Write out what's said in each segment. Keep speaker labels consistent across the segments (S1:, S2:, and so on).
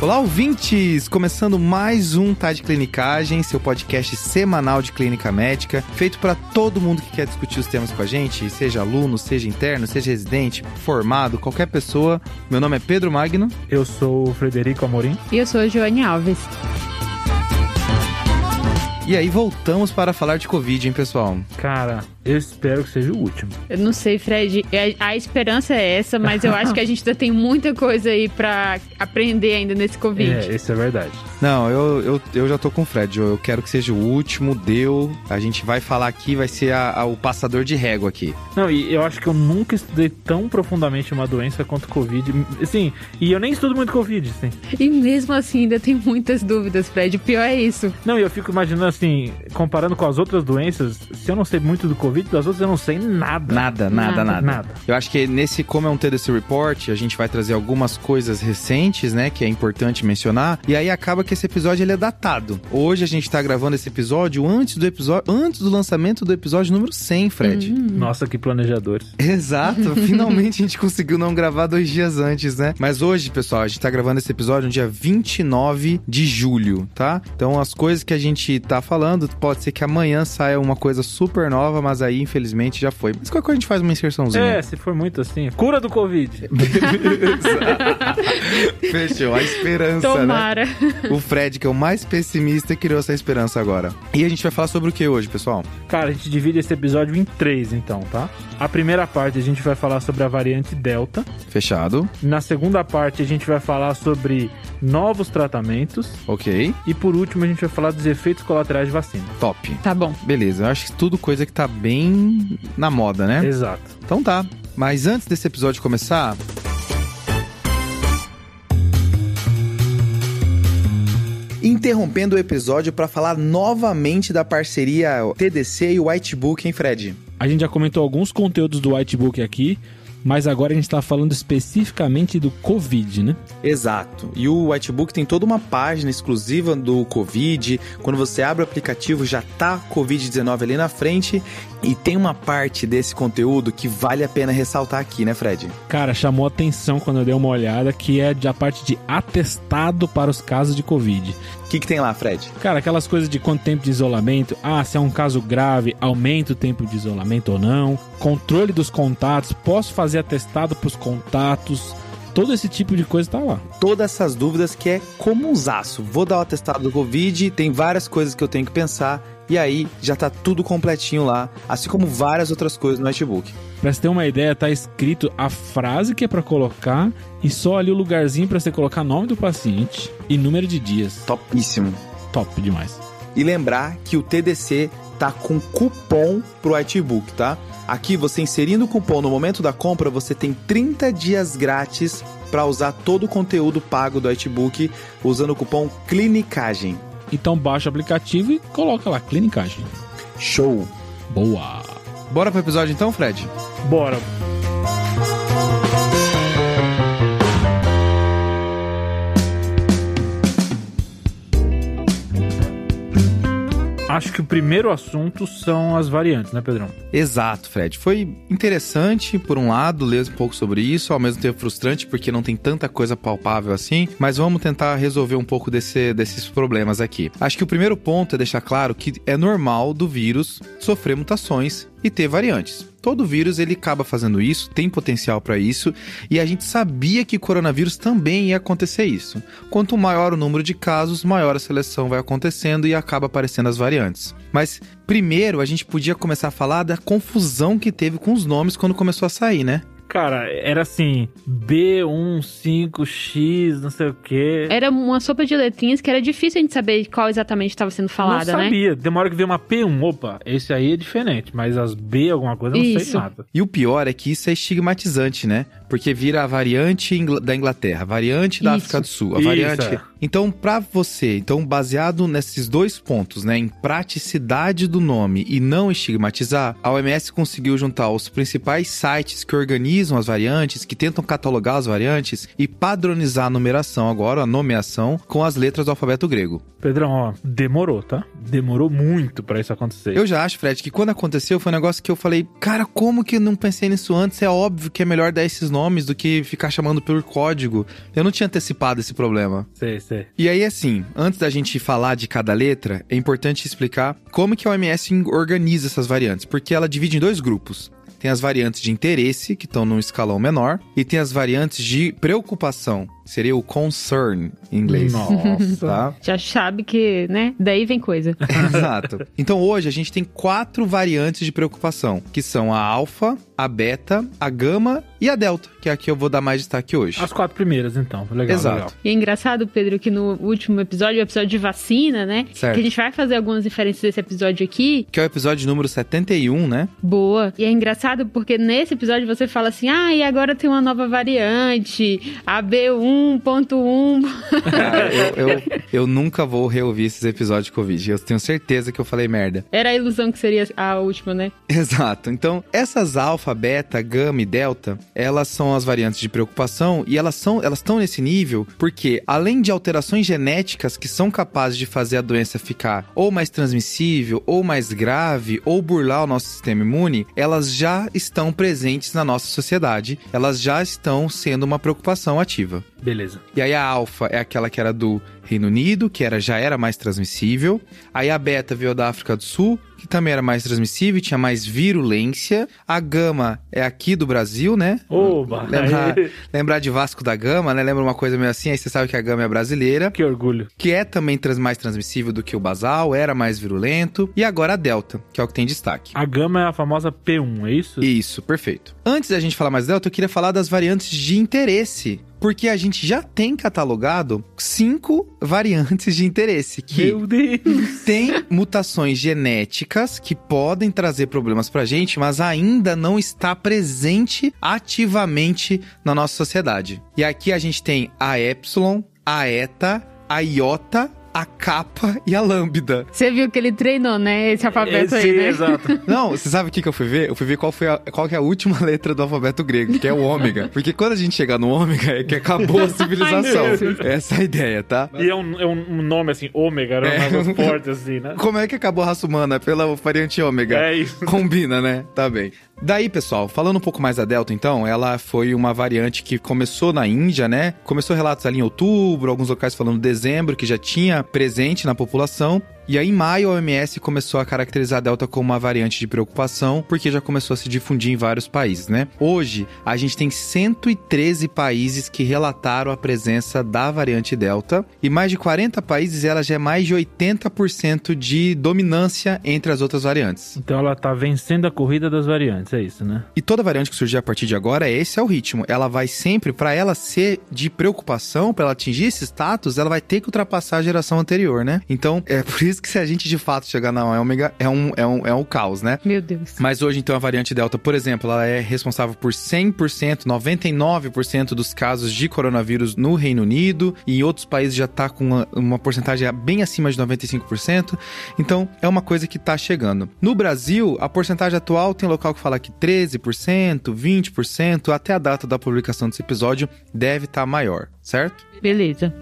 S1: Olá, ouvintes! Começando mais um Tá de Clinicagem, seu podcast semanal de clínica médica, feito para todo mundo que quer discutir os temas com a gente, seja aluno, seja interno, seja residente, formado, qualquer pessoa. Meu nome é Pedro Magno.
S2: Eu sou o Frederico Amorim.
S3: E eu sou a Joane Alves.
S1: E aí, voltamos para falar de Covid, hein, pessoal?
S2: Cara, eu espero que seja o último.
S3: Eu não sei, Fred, a, a esperança é essa, mas eu acho que a gente ainda tem muita coisa aí pra aprender ainda nesse Covid.
S2: É, isso é verdade.
S1: Não, eu, eu, eu já tô com o Fred, eu quero que seja o último, deu. A gente vai falar aqui, vai ser a- a- o passador de régua aqui.
S2: Não, e eu acho que eu nunca estudei tão profundamente uma doença quanto Covid. Assim, e eu nem estudo muito Covid, assim.
S3: E mesmo assim, ainda tem muitas dúvidas, Fred. O pior é isso.
S2: Não, e eu fico imaginando, assim, comparando com as outras doenças, se eu não sei muito do Covid, das outras eu não sei nada.
S1: Nada, nada,
S3: Nada.
S1: nada.
S2: Nada.
S1: Eu acho que nesse Como é um TDC Report, a gente vai trazer algumas coisas recentes, né, que é importante mencionar. E aí acaba que esse episódio ele é datado. Hoje a gente tá gravando esse episódio antes do episódio, antes do lançamento do episódio número 100, Fred.
S2: Nossa, que planejadores.
S1: Exato, finalmente a gente conseguiu não gravar dois dias antes, né? Mas hoje, pessoal, a gente tá gravando esse episódio no dia 29 de julho, tá? Então as coisas que a gente tá falando, pode ser que amanhã saia uma coisa super nova, mas aí infelizmente já foi. Mas qualquer coisa a gente faz uma inserçãozinha.
S2: É, se for muito assim. Cura do Covid.
S1: Fechou, a esperança, né?
S3: Tomara.
S1: O Fred, que é o mais pessimista, criou essa esperança agora. E a gente vai falar sobre o que hoje, pessoal?
S2: Cara, a gente divide esse episódio em três, então, tá? A primeira parte a gente vai falar sobre a variante Delta.
S1: Fechado,
S2: Na segunda parte, a gente vai falar sobre novos tratamentos.
S1: ok,
S2: E por último, a gente vai falar dos efeitos colaterais de vacina.
S1: top.
S3: Tá bom.
S1: Beleza, eu acho que tudo coisa que tá bem na moda,
S4: É?
S2: É.
S1: né?
S2: Exato.
S1: Então tá. Mas antes desse episódio começar. Interrompendo o episódio para falar novamente da parceria TDC e Whitebook, hein, Fred?
S4: A gente já comentou alguns conteúdos do Whitebook aqui, mas agora a gente está falando especificamente do Covid, né?
S1: Exato. E o Whitebook tem toda uma página exclusiva do Covid. Quando você abre o aplicativo, já tá Covid-19 ali na frente. E tem uma parte desse conteúdo que vale a pena ressaltar aqui, né, Fred?
S4: Cara, chamou atenção quando eu dei uma olhada, que é da parte de atestado para os casos de Covid.
S1: O que, que tem lá, Fred?
S4: Cara, aquelas coisas de quanto tempo de isolamento, ah, se é um caso grave, aumenta o tempo de isolamento ou não, controle dos contatos, posso fazer atestado para os contatos, todo esse tipo de coisa tá lá.
S1: todas essas dúvidas que é como um zaço. Vou dar o atestado do Covid, tem várias coisas que eu tenho que pensar. E aí, já tá tudo completinho lá, assim como várias outras coisas no notebook.
S4: Pra você ter uma ideia, tá escrito a frase que é pra colocar e só ali o lugarzinho pra você colocar nome do paciente e número de dias.
S1: Topíssimo.
S4: Top demais.
S1: E lembrar que o TDC tá com cupom pro Whitebook, tá? Aqui você inserindo o cupom no momento da compra, você tem 30 dias grátis para usar todo o conteúdo pago do Whitebook usando o cupom CLINICAGEM.
S4: Então baixa o aplicativo e coloca lá, clinicagem.
S1: Show!
S4: Boa!
S1: Bora pro episódio então, Fred?
S2: Bora. Acho que o primeiro assunto são as variantes, né, Pedrão?
S1: Exato, Fred. Foi interessante, por um lado, ler um pouco sobre isso, ao mesmo tempo frustrante, porque não tem tanta coisa palpável assim, mas vamos tentar resolver um pouco desse- desses problemas aqui. Acho que o primeiro ponto é deixar claro que é normal do vírus sofrer mutações e ter variantes. Todo vírus ele acaba fazendo isso, tem potencial para isso, e a gente sabia que coronavírus também ia acontecer isso. Quanto maior o número de casos, maior a seleção vai acontecendo e acaba aparecendo as variantes. Mas primeiro a gente podia começar a falar da confusão que teve com os nomes quando começou a sair, né?
S2: Cara, era assim, B15X, não sei o quê.
S3: Era uma sopa de letrinhas que era difícil a gente saber qual exatamente estava sendo falada,
S2: não
S3: né?
S2: sabia. Demora que vê uma P1, opa, esse aí é diferente, mas as B alguma coisa, eu não sei
S3: Isso.
S2: nada.
S1: E o pior é que isso é estigmatizante, né? Porque vira a variante ingla- da Inglaterra, a variante da
S3: Isso.
S1: África do Sul, a
S2: Isso,
S1: variante
S2: é.
S1: Então, para você, então baseado nesses dois pontos, né, em praticidade do nome e não estigmatizar, a OMS conseguiu juntar os principais sites que organizam as variantes, que tentam catalogar as variantes e padronizar a numeração agora, a nomeação com as letras do alfabeto grego.
S2: Pedrão, ó, demorou, tá? Demorou muito pra isso acontecer.
S1: Eu já acho, Fred, que quando aconteceu foi um negócio que eu falei, cara, como que eu não pensei nisso antes? É óbvio que é melhor dar esses nomes do que ficar chamando por código. Eu não tinha antecipado esse problema.
S2: Sei, sei.
S1: E aí, assim, antes da gente falar de cada letra, é importante explicar como que a OMS organiza essas variantes, porque ela divide em dois grupos. Tem as variantes de interesse, que estão num escalão menor, e tem as variantes de preocupação, seria o concern em inglês.
S2: Nossa.
S1: Tá?
S3: Já sabe que, né? Daí vem coisa.
S1: Exato. Então hoje a gente tem quatro variantes de preocupação, que são a alfa, a beta, a gama e a delta, que é a que eu vou dar mais destaque hoje.
S2: As quatro primeiras, então. Ah, Legal,
S1: Exato.
S2: legal.
S3: E é engraçado, Pedro, que no último episódio, o episódio de vacina, né?
S1: Certo.
S3: Que a gente vai fazer algumas referências desse episódio aqui.
S1: Que é o episódio número 71, né?
S3: Boa. E é engraçado porque nesse episódio você fala assim: ah, e agora tem uma nova variante, a B1.1.
S1: Cara, eu, eu, eu nunca vou reouvir esses episódios de Covid. Eu tenho certeza que eu falei merda.
S3: Era a ilusão que seria a última, né?
S1: Exato. Então, essas alfa, beta, gama e delta, elas são as variantes de preocupação e elas são, elas estão nesse nível porque além de alterações genéticas que são capazes de fazer a doença ficar ou mais transmissível, ou mais grave, ou burlar o nosso sistema imune, elas já estão presentes na nossa sociedade. Elas já estão sendo uma preocupação ativa.
S2: Beleza.
S1: E aí a alfa é aquela que era do Reino Unido, que era, já era mais transmissível. Aí a beta veio da África do Sul, que também era mais transmissível, e tinha mais virulência. A gama é aqui do Brasil, né?
S2: Oba!
S1: Lembrar, lembrar de Vasco da Gama, né? Lembra uma coisa meio assim, aí você sabe que a gama é brasileira.
S2: Que orgulho.
S1: Que é também trans- mais transmissível do que o basal, era mais virulento. E agora a delta, que é o que tem destaque.
S2: A gama é a famosa P1, é isso?
S1: Isso, perfeito. Antes da gente falar mais delta, eu queria falar das variantes de interesse. Porque a gente já tem catalogado cinco variantes de interesse, que
S2: Meu Deus!
S1: tem mutações genéticas que podem trazer problemas pra gente, mas ainda não está presente ativamente na nossa sociedade. E aqui a gente tem a epsilon, a eta, a iota, a capa e a lambda.
S3: Você viu que ele treinou, né? Esse
S2: Esse,
S3: alfabeto
S2: é,
S3: aí, né?
S2: Exato.
S1: Não, você sabe o que, que eu fui ver? Eu fui ver qual, foi a- qual que é a última letra do alfabeto grego, que é o ômega. Porque quando a gente chegar no ômega, é que acabou a civilização.
S2: Ai, meu
S1: Essa é a ideia, tá?
S2: E é um, é um nome assim, ômega, era um
S1: É.
S2: negócio forte assim, né?
S1: Como é que acabou a raça humana? Pela variante ômega.
S2: É isso.
S1: Combina, né? Tá bem. Daí, pessoal, falando um pouco mais da Delta, então, ela foi uma variante que começou na Índia, né? Começou relatos ali em outubro, alguns locais falando dezembro, que já tinha presente na população. E aí, em maio, a OMS começou a caracterizar a Delta como uma variante de preocupação, porque já começou a se difundir em vários países, né? Hoje, a gente tem 113 países que relataram a presença da variante Delta, e mais de 40 países ela já é mais de 80% de dominância entre as outras variantes.
S2: Então ela tá vencendo a corrida das variantes, é isso, né?
S1: E toda variante que surgir a partir de agora, esse é o ritmo. Ela vai sempre, pra ela ser de preocupação, pra ela atingir esse status, ela vai ter que ultrapassar a geração anterior, né? Então, é por isso que se a gente de fato chegar na ômega, é um, é um, é um caos, né?
S3: Meu Deus.
S1: Mas hoje, então, a variante Delta, por exemplo, ela é responsável por 100%, 99% dos casos de coronavírus no Reino Unido e em outros países já está com uma, uma porcentagem bem acima de 95%. Então, é uma coisa que está chegando. No Brasil, a porcentagem atual tem local que fala que 13%, 20%, até a data da publicação desse episódio deve estar maior, certo?
S3: Beleza.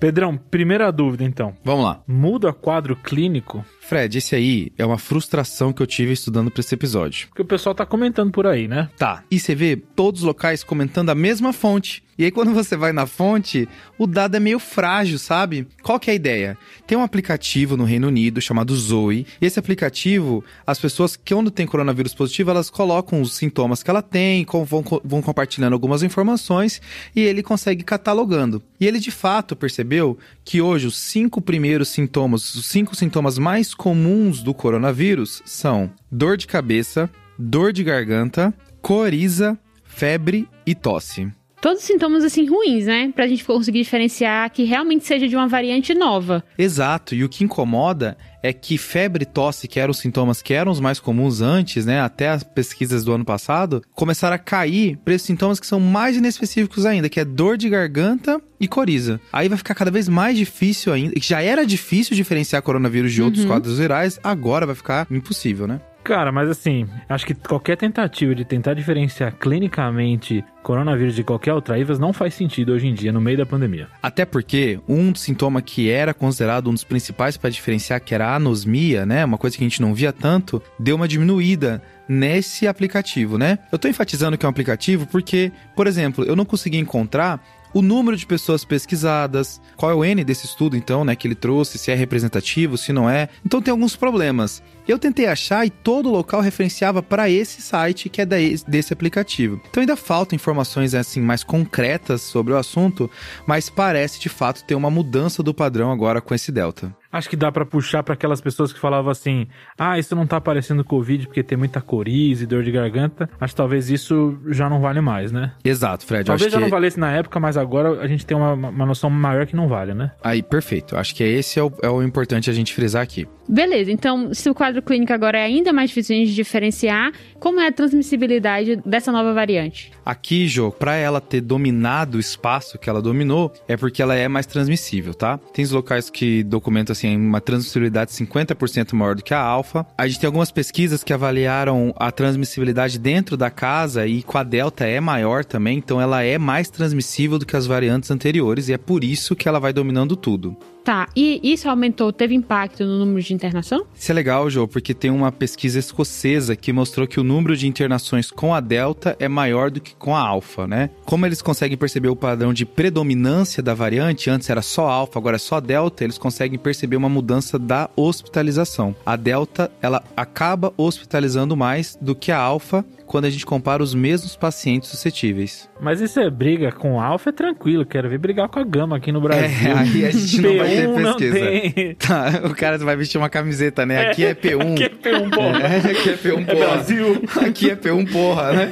S2: Pedrão, primeira dúvida então.
S1: Vamos lá.
S2: Muda quadro clínico?
S1: Fred, esse aí é uma frustração que eu tive estudando para esse episódio.
S2: Porque o pessoal tá comentando por aí, né?
S1: Tá. E você vê todos os locais comentando a mesma fonte. E aí, quando você vai na fonte, o dado é meio frágil, sabe? Qual que é a ideia? Tem um aplicativo no Reino Unido chamado Zoe. E esse aplicativo, as pessoas que quando tem coronavírus positivo, elas colocam os sintomas que ela tem, com- vão, co- vão compartilhando algumas informações e ele consegue catalogando. E ele, de fato, percebeu que hoje os cinco primeiros sintomas, os cinco sintomas mais comuns do coronavírus são dor de cabeça, dor de garganta, coriza, febre e tosse.
S3: todos os sintomas assim ruins, né? Pra gente conseguir diferenciar que realmente seja de uma variante nova.
S1: Exato, e o que incomoda é que febre e tosse, que eram os sintomas que eram os mais comuns antes, né, até as pesquisas do ano passado, começaram a cair para esses sintomas que são mais inespecíficos ainda, que é dor de garganta e coriza. Aí vai ficar cada vez mais difícil ainda, já era difícil diferenciar coronavírus de outros quadros virais, agora vai ficar impossível, né?
S2: Cara, mas assim, acho que qualquer tentativa de tentar diferenciar clinicamente coronavírus de qualquer outra IVAS não faz sentido hoje em dia, no meio da pandemia.
S1: Até porque um sintoma que era considerado um dos principais para diferenciar, que era a anosmia, né? Uma coisa que a gente não via tanto, deu uma diminuída nesse aplicativo, né? Eu tô enfatizando que é um aplicativo porque, por exemplo, eu não consegui encontrar o número de pessoas pesquisadas, qual é o N desse estudo, então, né, que ele trouxe, se é representativo, se não é. Então tem alguns problemas. Eu tentei achar e todo local referenciava para esse site que é da- desse aplicativo. Então ainda faltam informações assim mais concretas sobre o assunto, mas parece de fato ter uma mudança do padrão agora com esse delta.
S2: Acho que dá pra puxar pra aquelas pessoas que falavam assim: ah, isso não tá parecendo Covid porque tem muita coriza e dor de garganta. Acho que talvez isso já não vale mais, né?
S1: Exato, Fred. eu
S2: talvez
S1: acho
S2: já
S1: que...
S2: não valesse na época, mas agora a gente tem uma, uma noção maior que não vale, né?
S1: Aí, perfeito. Acho que esse é o, é o importante a gente frisar aqui.
S3: Beleza, então se o quadro clínico agora é ainda mais difícil de diferenciar, como é a transmissibilidade dessa nova variante?
S1: Aqui, Jo, pra ela ter dominado o espaço que ela dominou, é porque ela é mais transmissível, tá? Tem os locais que documentam assim uma transmissibilidade 50% maior do que a alfa. A gente tem algumas pesquisas que avaliaram a transmissibilidade dentro da casa e com a delta é maior também, então ela é mais transmissível do que as variantes anteriores e é por isso que ela vai dominando tudo.
S3: Tá, e isso aumentou, teve impacto no número de internação?
S1: Isso é legal, João, porque tem uma pesquisa escocesa que mostrou que o número de internações com a Delta é maior do que com a Alfa, né? Como eles conseguem perceber o padrão de predominância da variante, antes era só Alfa, agora é só Delta, eles conseguem perceber uma mudança da hospitalização. A Delta, ela acaba hospitalizando mais do que a Alfa quando a gente compara os mesmos pacientes suscetíveis.
S2: Mas isso é briga com alfa, é tranquilo. Quero ver brigar com a gama aqui no Brasil.
S1: É, aí a gente não vai ter
S2: P1 não
S1: pesquisa.
S2: tem.
S1: Tá, o cara vai vestir uma camiseta, né? Aqui é P1.
S2: Que é P1, porra.
S1: É, aqui é P1,
S2: É
S1: porra.
S2: Brasil.
S1: Aqui é P1 porra, né?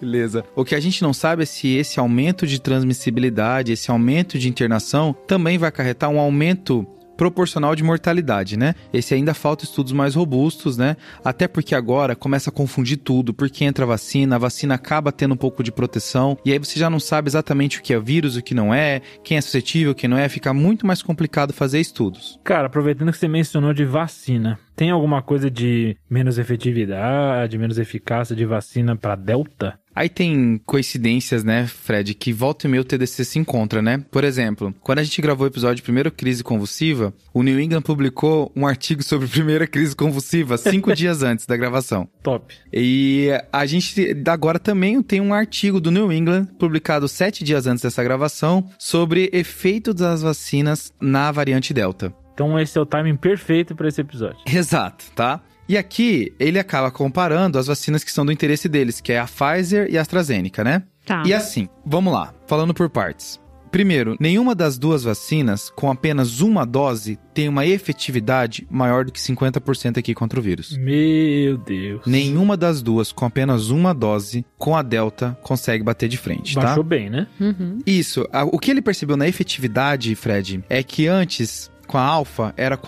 S1: Beleza. O que a gente não sabe é se esse aumento de transmissibilidade, esse aumento de internação, também vai acarretar um aumento proporcional de mortalidade, né? Esse ainda falta estudos mais robustos, né? Até porque agora começa a confundir tudo, porque entra a vacina, a vacina acaba tendo um pouco de proteção, e aí você já não sabe exatamente o que é vírus, o que não é, quem é suscetível, quem não é, fica muito mais complicado fazer estudos.
S2: Cara, aproveitando que você mencionou de vacina, tem alguma coisa de menos efetividade, menos eficácia de vacina pra Delta?
S1: Aí tem coincidências, né, Fred, que volta e meia o TDC se encontra, né? Por exemplo, quando a gente gravou o episódio de Primeira Crise Convulsiva, o New England publicou um artigo sobre a Primeira Crise Convulsiva cinco dias antes da gravação.
S2: Top.
S1: E a gente agora também tem um artigo do New England, publicado sete dias antes dessa gravação, sobre efeito das vacinas na variante Delta.
S2: Então esse é o timing perfeito pra esse episódio.
S1: Exato, tá? E aqui ele acaba comparando as vacinas que são do interesse deles, que é a Pfizer e a AstraZeneca, né?
S3: Tá.
S1: E assim, vamos lá, falando por partes. Primeiro, nenhuma das duas vacinas, com apenas uma dose, tem uma efetividade maior do que 50% aqui contra o vírus.
S2: Meu Deus.
S1: Nenhuma das duas, com apenas uma dose, com a Delta, consegue bater de frente, tá?
S2: Baixou bem, né?
S3: Uhum.
S1: Isso. A- O que ele percebeu na efetividade, Fred, é que antes, com a Alpha, era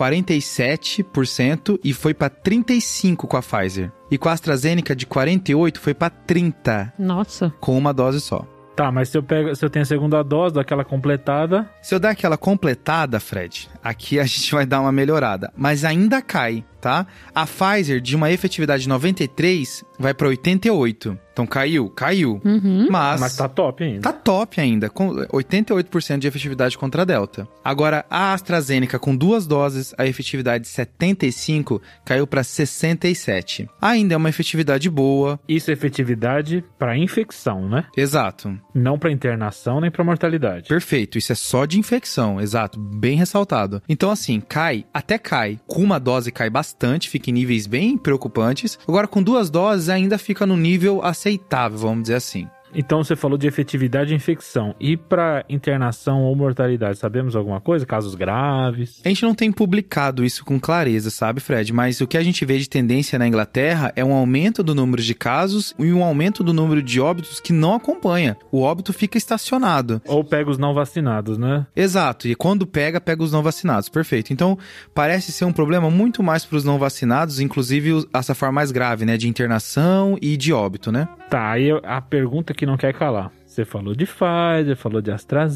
S1: 47% e foi pra 35% com a Pfizer. E com a AstraZeneca, de 48% foi pra 30%,
S3: Nossa.
S1: com uma dose só.
S2: Tá, mas se eu pego, se eu tenho a segunda dose daquela completada,
S1: Se eu dar aquela completada, Fred, aqui a gente vai dar uma melhorada, mas ainda cai, tá? A Pfizer de uma efetividade de 93 vai pra 88. Então caiu, caiu.
S3: Uhum.
S1: Mas,
S2: mas tá top ainda.
S1: tá top ainda, com 88% de efetividade contra a Delta. Agora a AstraZeneca com duas doses, a efetividade de 75 caiu pra 67. Ainda é uma efetividade boa.
S2: Isso é efetividade pra infecção, né?
S1: Exato.
S2: Não pra internação nem pra mortalidade.
S1: Perfeito, isso é só de infecção, exato, bem ressaltado. Então, assim, cai, até cai. Com uma dose cai bastante, fica em níveis bem preocupantes. Agora, com duas doses, ainda fica no nível aceitável, vamos dizer assim.
S2: Então você falou de efetividade e infecção. E para internação ou mortalidade, sabemos alguma coisa? Casos graves?
S1: A gente não tem publicado isso com clareza, sabe, Fred? Mas o que a gente vê de tendência na Inglaterra é um aumento do número de casos e um aumento do número de óbitos que não acompanha. O óbito fica estacionado.
S2: Ou pega os não vacinados, né?
S1: Exato, e quando pega, pega os não vacinados. Perfeito. Então, parece ser um problema muito mais para os não vacinados, inclusive essa forma mais grave, né? De internação e de óbito, né?
S2: Tá, aí a pergunta que não quer calar. Você falou de Pfizer, falou de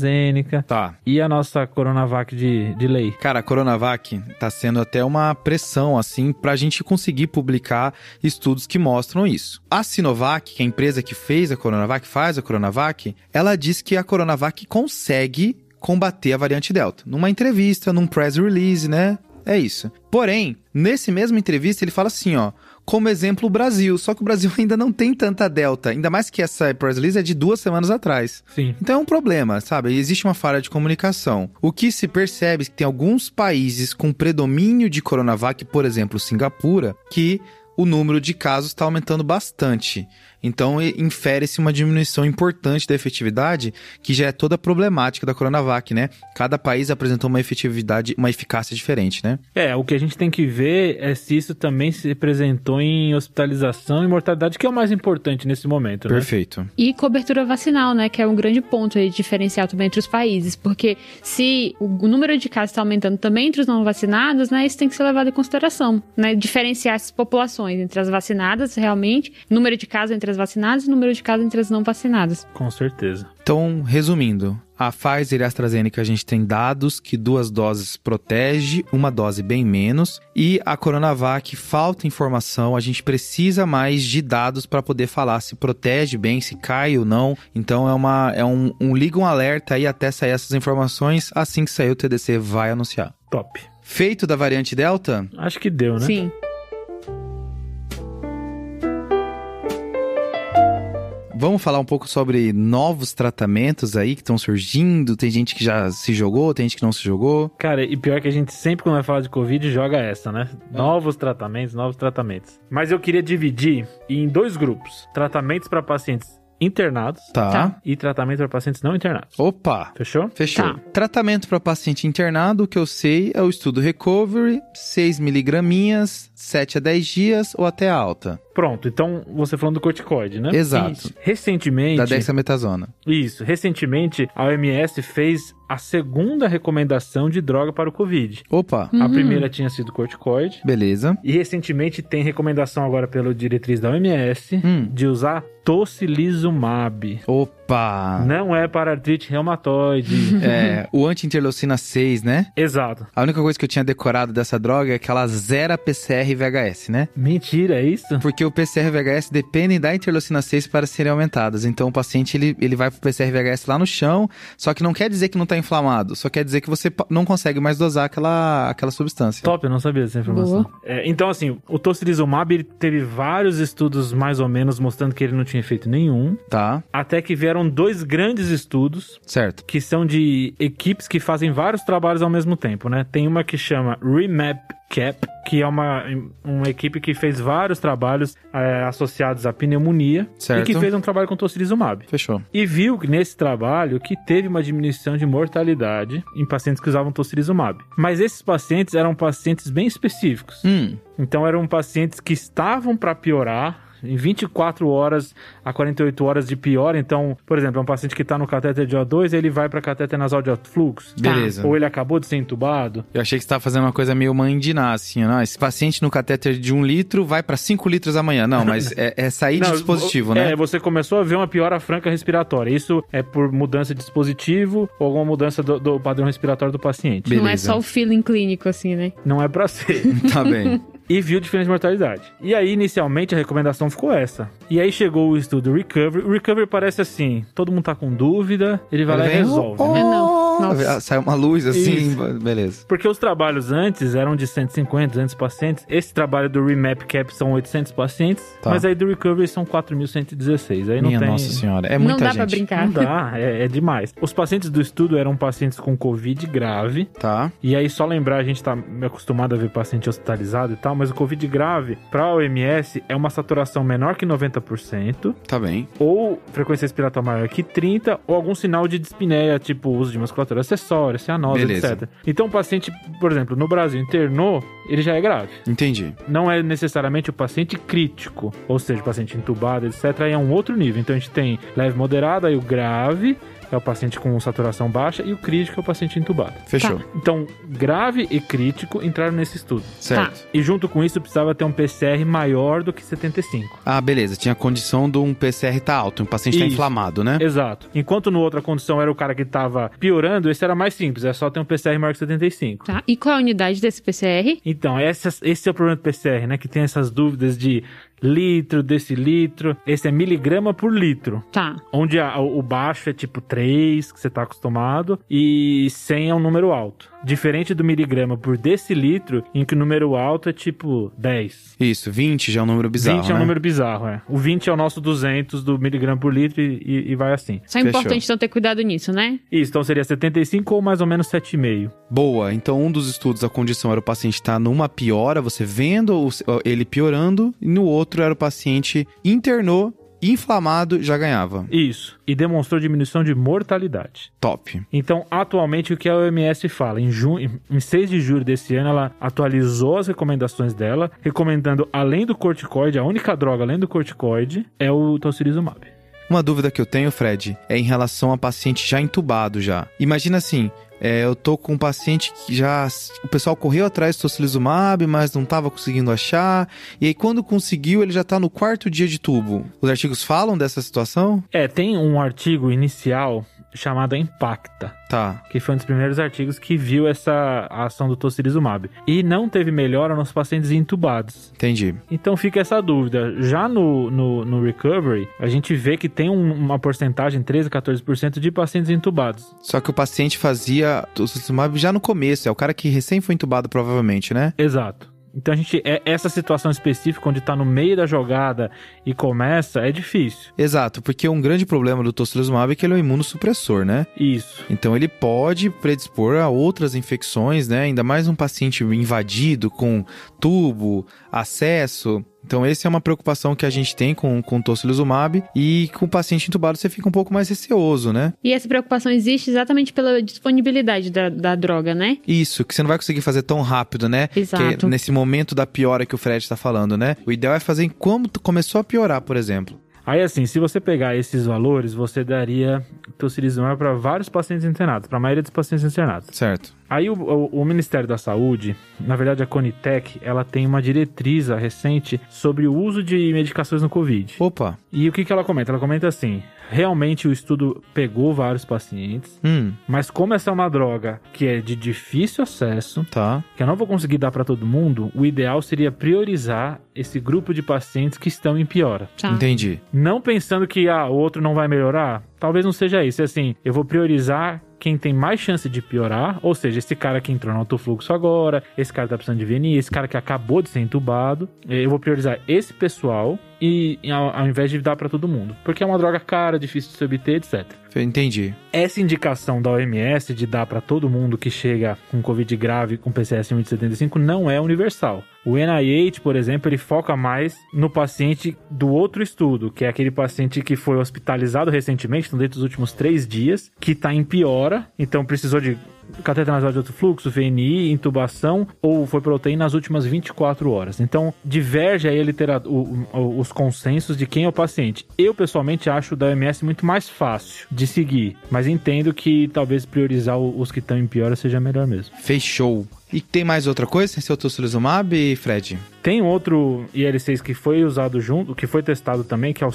S2: AstraZeneca.
S1: Tá.
S2: E a nossa Coronavac de, de lei?
S1: Cara, a Coronavac tá sendo até uma pressão, assim, pra gente conseguir publicar estudos que mostram isso. A Sinovac, que é a empresa que fez a Coronavac, faz a Coronavac, ela diz que a Coronavac consegue combater a variante Delta. Numa entrevista, num press release, né? É isso. Porém, nesse mesmo entrevista, ele fala assim, ó como exemplo o Brasil. Só que o Brasil ainda não tem tanta delta, ainda mais que essa press release é de duas semanas atrás.
S2: Sim.
S1: Então é um problema, sabe? Existe uma falha de comunicação. O que se percebe é que tem alguns países com predomínio de Coronavac, por exemplo, Singapura, que o número de casos está aumentando bastante. Então, infere-se uma diminuição importante da efetividade, que já é toda a problemática da Coronavac, né? Cada país apresentou uma efetividade, uma eficácia diferente, né?
S2: É, o que a gente tem que ver é se isso também se representou em hospitalização e mortalidade, que é o mais importante nesse momento, né?
S1: Perfeito.
S3: E cobertura vacinal, né? Que é um grande ponto aí diferencial também entre os países, porque se o número de casos está aumentando também entre os não vacinados, né? Isso tem que ser levado em consideração, né? Diferenciar essas populações entre as vacinadas, realmente, número de casos entre as vacinadas e número de casos entre as não vacinadas.
S2: Com certeza.
S1: Então, resumindo, a Pfizer e a AstraZeneca a gente tem dados que duas doses protege, uma dose bem menos, e a Coronavac falta informação, a gente precisa mais de dados para poder falar se protege bem, se cai ou não. Então é uma é um, um liga um alerta aí até sair essas informações, assim que sair o TDC vai anunciar.
S2: Top.
S1: Feito da variante Delta?
S2: Acho que deu, né?
S3: Sim.
S1: Vamos falar um pouco sobre novos tratamentos aí que estão surgindo. Tem gente que já se jogou, tem gente que não se jogou.
S2: Cara, e pior que a gente sempre quando vai falar de Covid joga essa, né?
S1: É.
S2: Novos tratamentos, novos tratamentos. Mas eu queria dividir em dois grupos: tratamentos para pacientes internados
S1: Tá.
S3: Tá.
S2: e tratamento para pacientes não internados.
S1: Opa!
S2: Fechou?
S1: Fechou.
S3: Tá.
S1: Tratamento para paciente internado, o que eu sei é o estudo Recovery, 6 miligraminhas, 7 a 10 dias ou até alta.
S2: Pronto. Então, você falando do corticoide, né?
S1: Exato.
S3: Isso.
S2: Recentemente,
S1: Da dexametasona.
S2: Isso. Recentemente, a OMS fez a segunda recomendação de droga para o Covid.
S1: Opa,
S2: A
S3: Uhum.
S2: primeira tinha sido corticoide.
S1: beleza.
S2: E recentemente tem recomendação agora pelo diretriz da OMS
S1: Hum.
S2: de usar tocilizumab.
S1: Opa!
S2: Não é para artrite reumatoide.
S1: É, o anti-interleucina 6, né?
S2: Exato.
S1: A única coisa que eu tinha decorado dessa droga é que ela zera PCR e VHS, né?
S2: Mentira, é isso?
S1: Porque o PCR e VHS dependem da interleucina 6 para serem aumentadas. Então o paciente ele, ele vai pro PCR e VHS lá no chão, só que não quer dizer que não tá inflamado, só quer dizer que você pa- não consegue mais dosar aquela, aquela substância.
S2: Top, eu não sabia dessa informação. É, então, assim, o tocilizumab ele teve vários estudos mais ou menos mostrando que ele não tinha efeito nenhum.
S1: Tá,
S2: Até que vieram dois grandes estudos
S1: certo.
S2: que são de equipes que fazem vários trabalhos ao mesmo tempo, né? Tem uma que chama Remap Cap, que é uma, uma equipe que fez vários trabalhos eh, associados à pneumonia
S1: Certo.
S2: e que fez um trabalho com tocilizumab.
S1: Fechou.
S2: E viu que nesse trabalho que teve uma diminuição de mortalidade em pacientes que usavam tocilizumab. Mas esses pacientes eram pacientes bem específicos.
S1: Hum,
S2: Então eram pacientes que estavam para piorar em 24 horas a 48 horas de piora. Então, por exemplo, é um paciente que está no catéter de O2, ele vai para catéter nasal de alto fluxo.
S1: Tá. beleza.
S2: Ou ele acabou de ser entubado.
S1: Eu achei que você tava fazendo uma coisa meio mandiná, assim, ó, não, esse paciente no catéter de 1 um litro vai para 5 litros amanhã. Não, mas é, é sair de
S2: Não,
S1: dispositivo,
S2: vo-
S1: né?
S2: É, você começou a ver uma piora franca respiratória. Isso é por mudança de dispositivo ou alguma mudança do, do padrão respiratório do paciente.
S1: Beleza.
S3: Não é só o feeling clínico, assim, né?
S2: Não é para ser.
S1: Tá bem.
S2: e viu diferença de mortalidade. E aí, inicialmente, a recomendação ficou essa. E aí chegou o estudo Recovery. O Recovery parece assim: todo mundo tá com dúvida, ele vai lá e
S1: Vem,
S2: resolve.
S1: oh,
S2: né?
S3: É, não.
S1: oh,
S3: Nossa.
S1: Sai uma luz assim,
S2: Isso.
S1: beleza.
S2: Porque os trabalhos antes eram de 150, 200 pacientes. Esse trabalho do Remap Cap são 800 pacientes.
S1: Tá.
S2: Mas aí do Recovery são 4.116. Aí não
S1: Minha
S2: tem.
S1: nossa senhora, é muita
S3: não dá
S1: gente.
S3: pra brincar.
S2: Não dá, é, é demais. Os pacientes do estudo eram pacientes com Covid grave.
S1: Tá.
S2: E aí, só lembrar, a gente tá acostumado a ver paciente hospitalizado e tal, tal, mas o Covid grave para a OMS é uma saturação menor que 90%,
S1: Tá bem.
S2: ou frequência respiratória maior que 30%, ou algum sinal de dispneia, tipo uso de musculatura acessória, cianose,
S1: Beleza.
S2: etc. Então o paciente, por exemplo, no Brasil internou, ele já é grave
S1: Entendi.
S2: não é necessariamente o paciente crítico, ou seja, o paciente entubado, etc. Aí é um outro nível. Então a gente tem leve moderado, aí o grave é o paciente com saturação baixa e o crítico é o paciente entubado.
S1: Fechou.
S2: Então, grave e crítico entraram nesse estudo.
S1: Certo.
S2: E junto com isso precisava ter um PCR maior do que 75.
S1: Ah, beleza. Tinha a condição de um PCR tá alto, um paciente tá
S2: Isso.
S1: inflamado, né?
S2: Exato. Enquanto no outra condição era o cara que tava piorando, esse era mais simples, é só ter um PCR maior que 75.
S3: Tá. E qual é a unidade desse PCR?
S2: Então, essas- esse é o problema do PCR, né? Que tem essas dúvidas de litro, decilitro. Esse é miligrama por litro.
S3: Tá.
S2: Onde a- o baixo é tipo 3, que você tá acostumado, e 100 é um número alto. Diferente do miligrama por decilitro, em que o número alto é tipo 10.
S1: Isso, 20 já é um número bizarro,
S2: 20 é um
S1: né?
S2: número bizarro, é. O 20 é o nosso 200 do miligrama por litro e, e- e vai assim.
S3: Só é
S1: Fechou.
S3: importante então ter cuidado nisso, né?
S2: Isso, então seria 75 ou mais ou menos 7,5.
S1: Boa, então um dos estudos a condição era o paciente estar numa piora, você vendo o- ele piorando, e no outro era o paciente internou, inflamado, já ganhava.
S2: Isso. E demonstrou diminuição de mortalidade.
S1: Top.
S2: Então, atualmente, o que a OMS fala? Em, junho, em 6 de julho desse ano, ela atualizou as recomendações dela, recomendando, além do corticoide, a única droga além do corticoide é o tocilizumab.
S1: Uma dúvida que eu tenho, Fred, é em relação a paciente já entubado já. Imagina assim, é, eu tô com um paciente que já... O pessoal correu atrás do tocilizumab, mas não tava conseguindo achar. E aí quando conseguiu, ele já tá no quarto dia de tubo. Os artigos falam dessa situação?
S2: É, tem um artigo inicial chamado Impacta,
S1: Tá.
S2: que foi um dos primeiros artigos que viu essa ação do tocilizumab. E não teve melhora nos pacientes intubados.
S1: Entendi.
S2: Então fica essa dúvida. Já no, no, no recovery, a gente vê que tem um- uma porcentagem, 13, 14% de pacientes intubados.
S1: Só que o paciente fazia tocilizumab já no começo. É o cara que recém foi entubado, provavelmente, né?
S2: Exato. Então a gente é essa situação específica onde tá no meio da jogada e começa é difícil.
S1: Exato, porque um grande problema do tocilizumab é que ele é um imunossupressor, né?
S2: Isso.
S1: Então ele pode predispor a outras infecções, né? Ainda mais um paciente invadido com tubo, acesso. Então essa é uma preocupação que a gente tem com, com o tocilizumab e com o paciente entubado você fica um pouco mais receoso, né?
S3: E essa preocupação existe exatamente pela disponibilidade da, da droga, né?
S1: Isso, que você não vai conseguir fazer tão rápido, né?
S3: Exato.
S1: Que nesse momento da piora que o Fred está falando, né? O ideal é fazer quando começou a piorar, por exemplo.
S2: Aí assim, se você pegar esses valores, você daria tocilizumab para vários pacientes internados, para a maioria dos pacientes internados.
S1: Certo.
S2: Aí o, o- o Ministério da Saúde, na verdade a Conitec, ela tem uma diretriz ah, recente sobre o uso de medicações no COVID.
S1: Opa.
S2: E o que que ela comenta? Ela comenta assim: realmente o estudo pegou vários pacientes,
S1: Hum,
S2: mas como essa é uma droga que é de difícil acesso,
S1: tá.
S2: que eu não vou conseguir dar para todo mundo, o ideal seria priorizar esse grupo de pacientes que estão em piora.
S3: Tá.
S1: Entendi.
S2: Não pensando que ah, o outro não vai melhorar, talvez não seja isso. É assim, eu vou priorizar quem tem mais chance de piorar, ou seja, esse cara que entrou no alto fluxo agora, esse cara tá precisando de VNI, esse cara que acabou de ser entubado, eh, eu vou priorizar esse pessoal e ao, ao invés de dar para todo mundo, porque é uma droga cara, difícil de se obter, etc.
S1: Entendi.
S2: Essa indicação da OMS de dar para todo mundo que chega com Covid grave com PCR acima de 75 não é universal. O NIH, por exemplo, ele foca mais no paciente do outro estudo, que é aquele paciente que foi hospitalizado recentemente, então dentro dos últimos três dias, que está em piora, então precisou de cateter nasal de alto fluxo, VNI, intubação ou foi proteína nas últimas 24 horas. Então, diverge aí a litera- o- o- os consensos de quem é o paciente. Eu, pessoalmente, acho o da OMS muito mais fácil de seguir, mas entendo que talvez priorizar o- os que estão em piora seja melhor mesmo.
S1: Fechou. E tem mais outra coisa sem ser o tocilizumab, Fred?
S2: Tem um outro IL-6 que foi usado junto, que foi testado também, que é o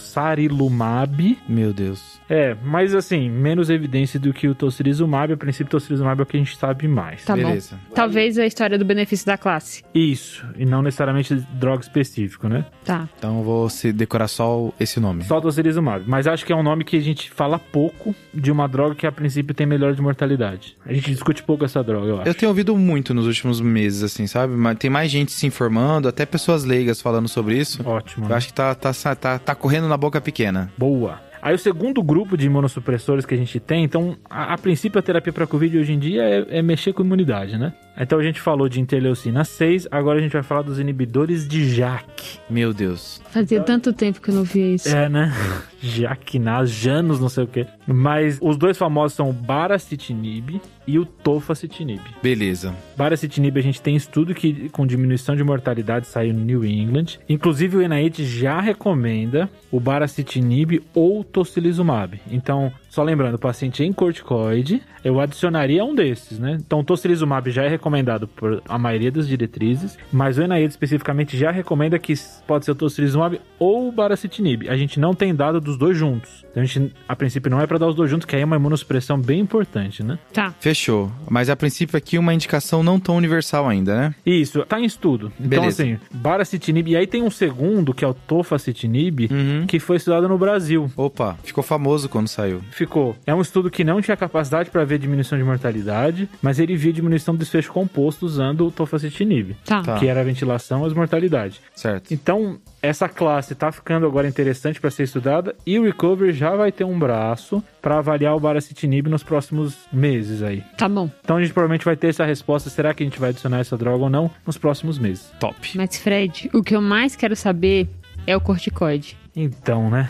S2: sarilumab.
S1: Meu Deus.
S2: É, mas assim, menos evidência do que o tocilizumab. A princípio, o tocilizumab é o que a gente sabe mais.
S3: Tá bom.
S1: Beleza.
S3: Talvez a história do benefício da classe.
S2: Isso, e não necessariamente droga específico, né?
S3: Tá.
S1: Então eu vou se decorar só o- esse nome.
S2: Só tocilizumab. Mas acho que é um nome que a gente fala pouco de uma droga que a princípio tem melhor de mortalidade. A gente discute pouco essa droga, eu acho.
S1: Eu tenho ouvido muito nos últimos meses, assim, sabe? Mas Tem mais gente se informando, até pessoas leigas falando sobre isso.
S2: Ótimo.
S1: Eu acho que tá, tá, sa- tá, tá correndo na boca pequena.
S2: Boa. Aí o segundo grupo de imunossupressores que a gente tem, então, a, a princípio a terapia para Covid hoje em dia é, é mexer com imunidade, né? Então a gente falou de interleucina 6, agora a gente vai falar dos inibidores de JAK.
S1: Meu Deus.
S3: Fazia tanto tempo que eu não via isso.
S2: É, né? Jaquinás, Janos, não sei o quê. Mas os dois famosos são o baracitinib e o tofacitinib.
S1: Beleza.
S2: Baracitinib a gente tem estudo que com diminuição de mortalidade saiu no New England. Inclusive o NIH já recomenda o baracitinib ou tocilizumab. Então, só lembrando, o paciente em corticoide, eu adicionaria um desses, né? Então, o tocilizumab já é recomendado por a maioria das diretrizes, mas o NIH especificamente já recomenda que pode ser o tocilizumab ou o baracitinib. A gente não tem dado dos dois juntos. Então, a gente, a princípio, não é para dar os dois juntos, que aí é uma imunossupressão bem importante, né?
S3: Tá.
S1: Fechou. Mas a princípio aqui uma indicação não tão universal ainda, né?
S2: Isso, tá em estudo. Então,
S1: Beleza.
S2: assim, baracitinib. E aí tem um segundo, que é o tofacitinib,
S1: Uhum.
S2: que foi estudado no Brasil.
S1: Opa, ficou famoso quando saiu.
S2: Ficou. É um estudo que não tinha capacidade para ver diminuição de mortalidade, mas ele via diminuição do desfecho composto usando o tofacitinib,
S3: Tá.
S1: Tá.
S2: que era a ventilação e mortalidade.
S1: Certo.
S2: Então, essa classe tá ficando agora interessante para ser estudada e o Recovery já vai ter um braço para avaliar o baracitinib nos próximos meses aí.
S3: Tá bom.
S2: Então a gente provavelmente vai ter essa resposta, será que a gente vai adicionar essa droga ou não nos próximos meses.
S1: Top.
S3: Mas, Fred, o que eu mais quero saber é o corticoide.
S2: Então, né?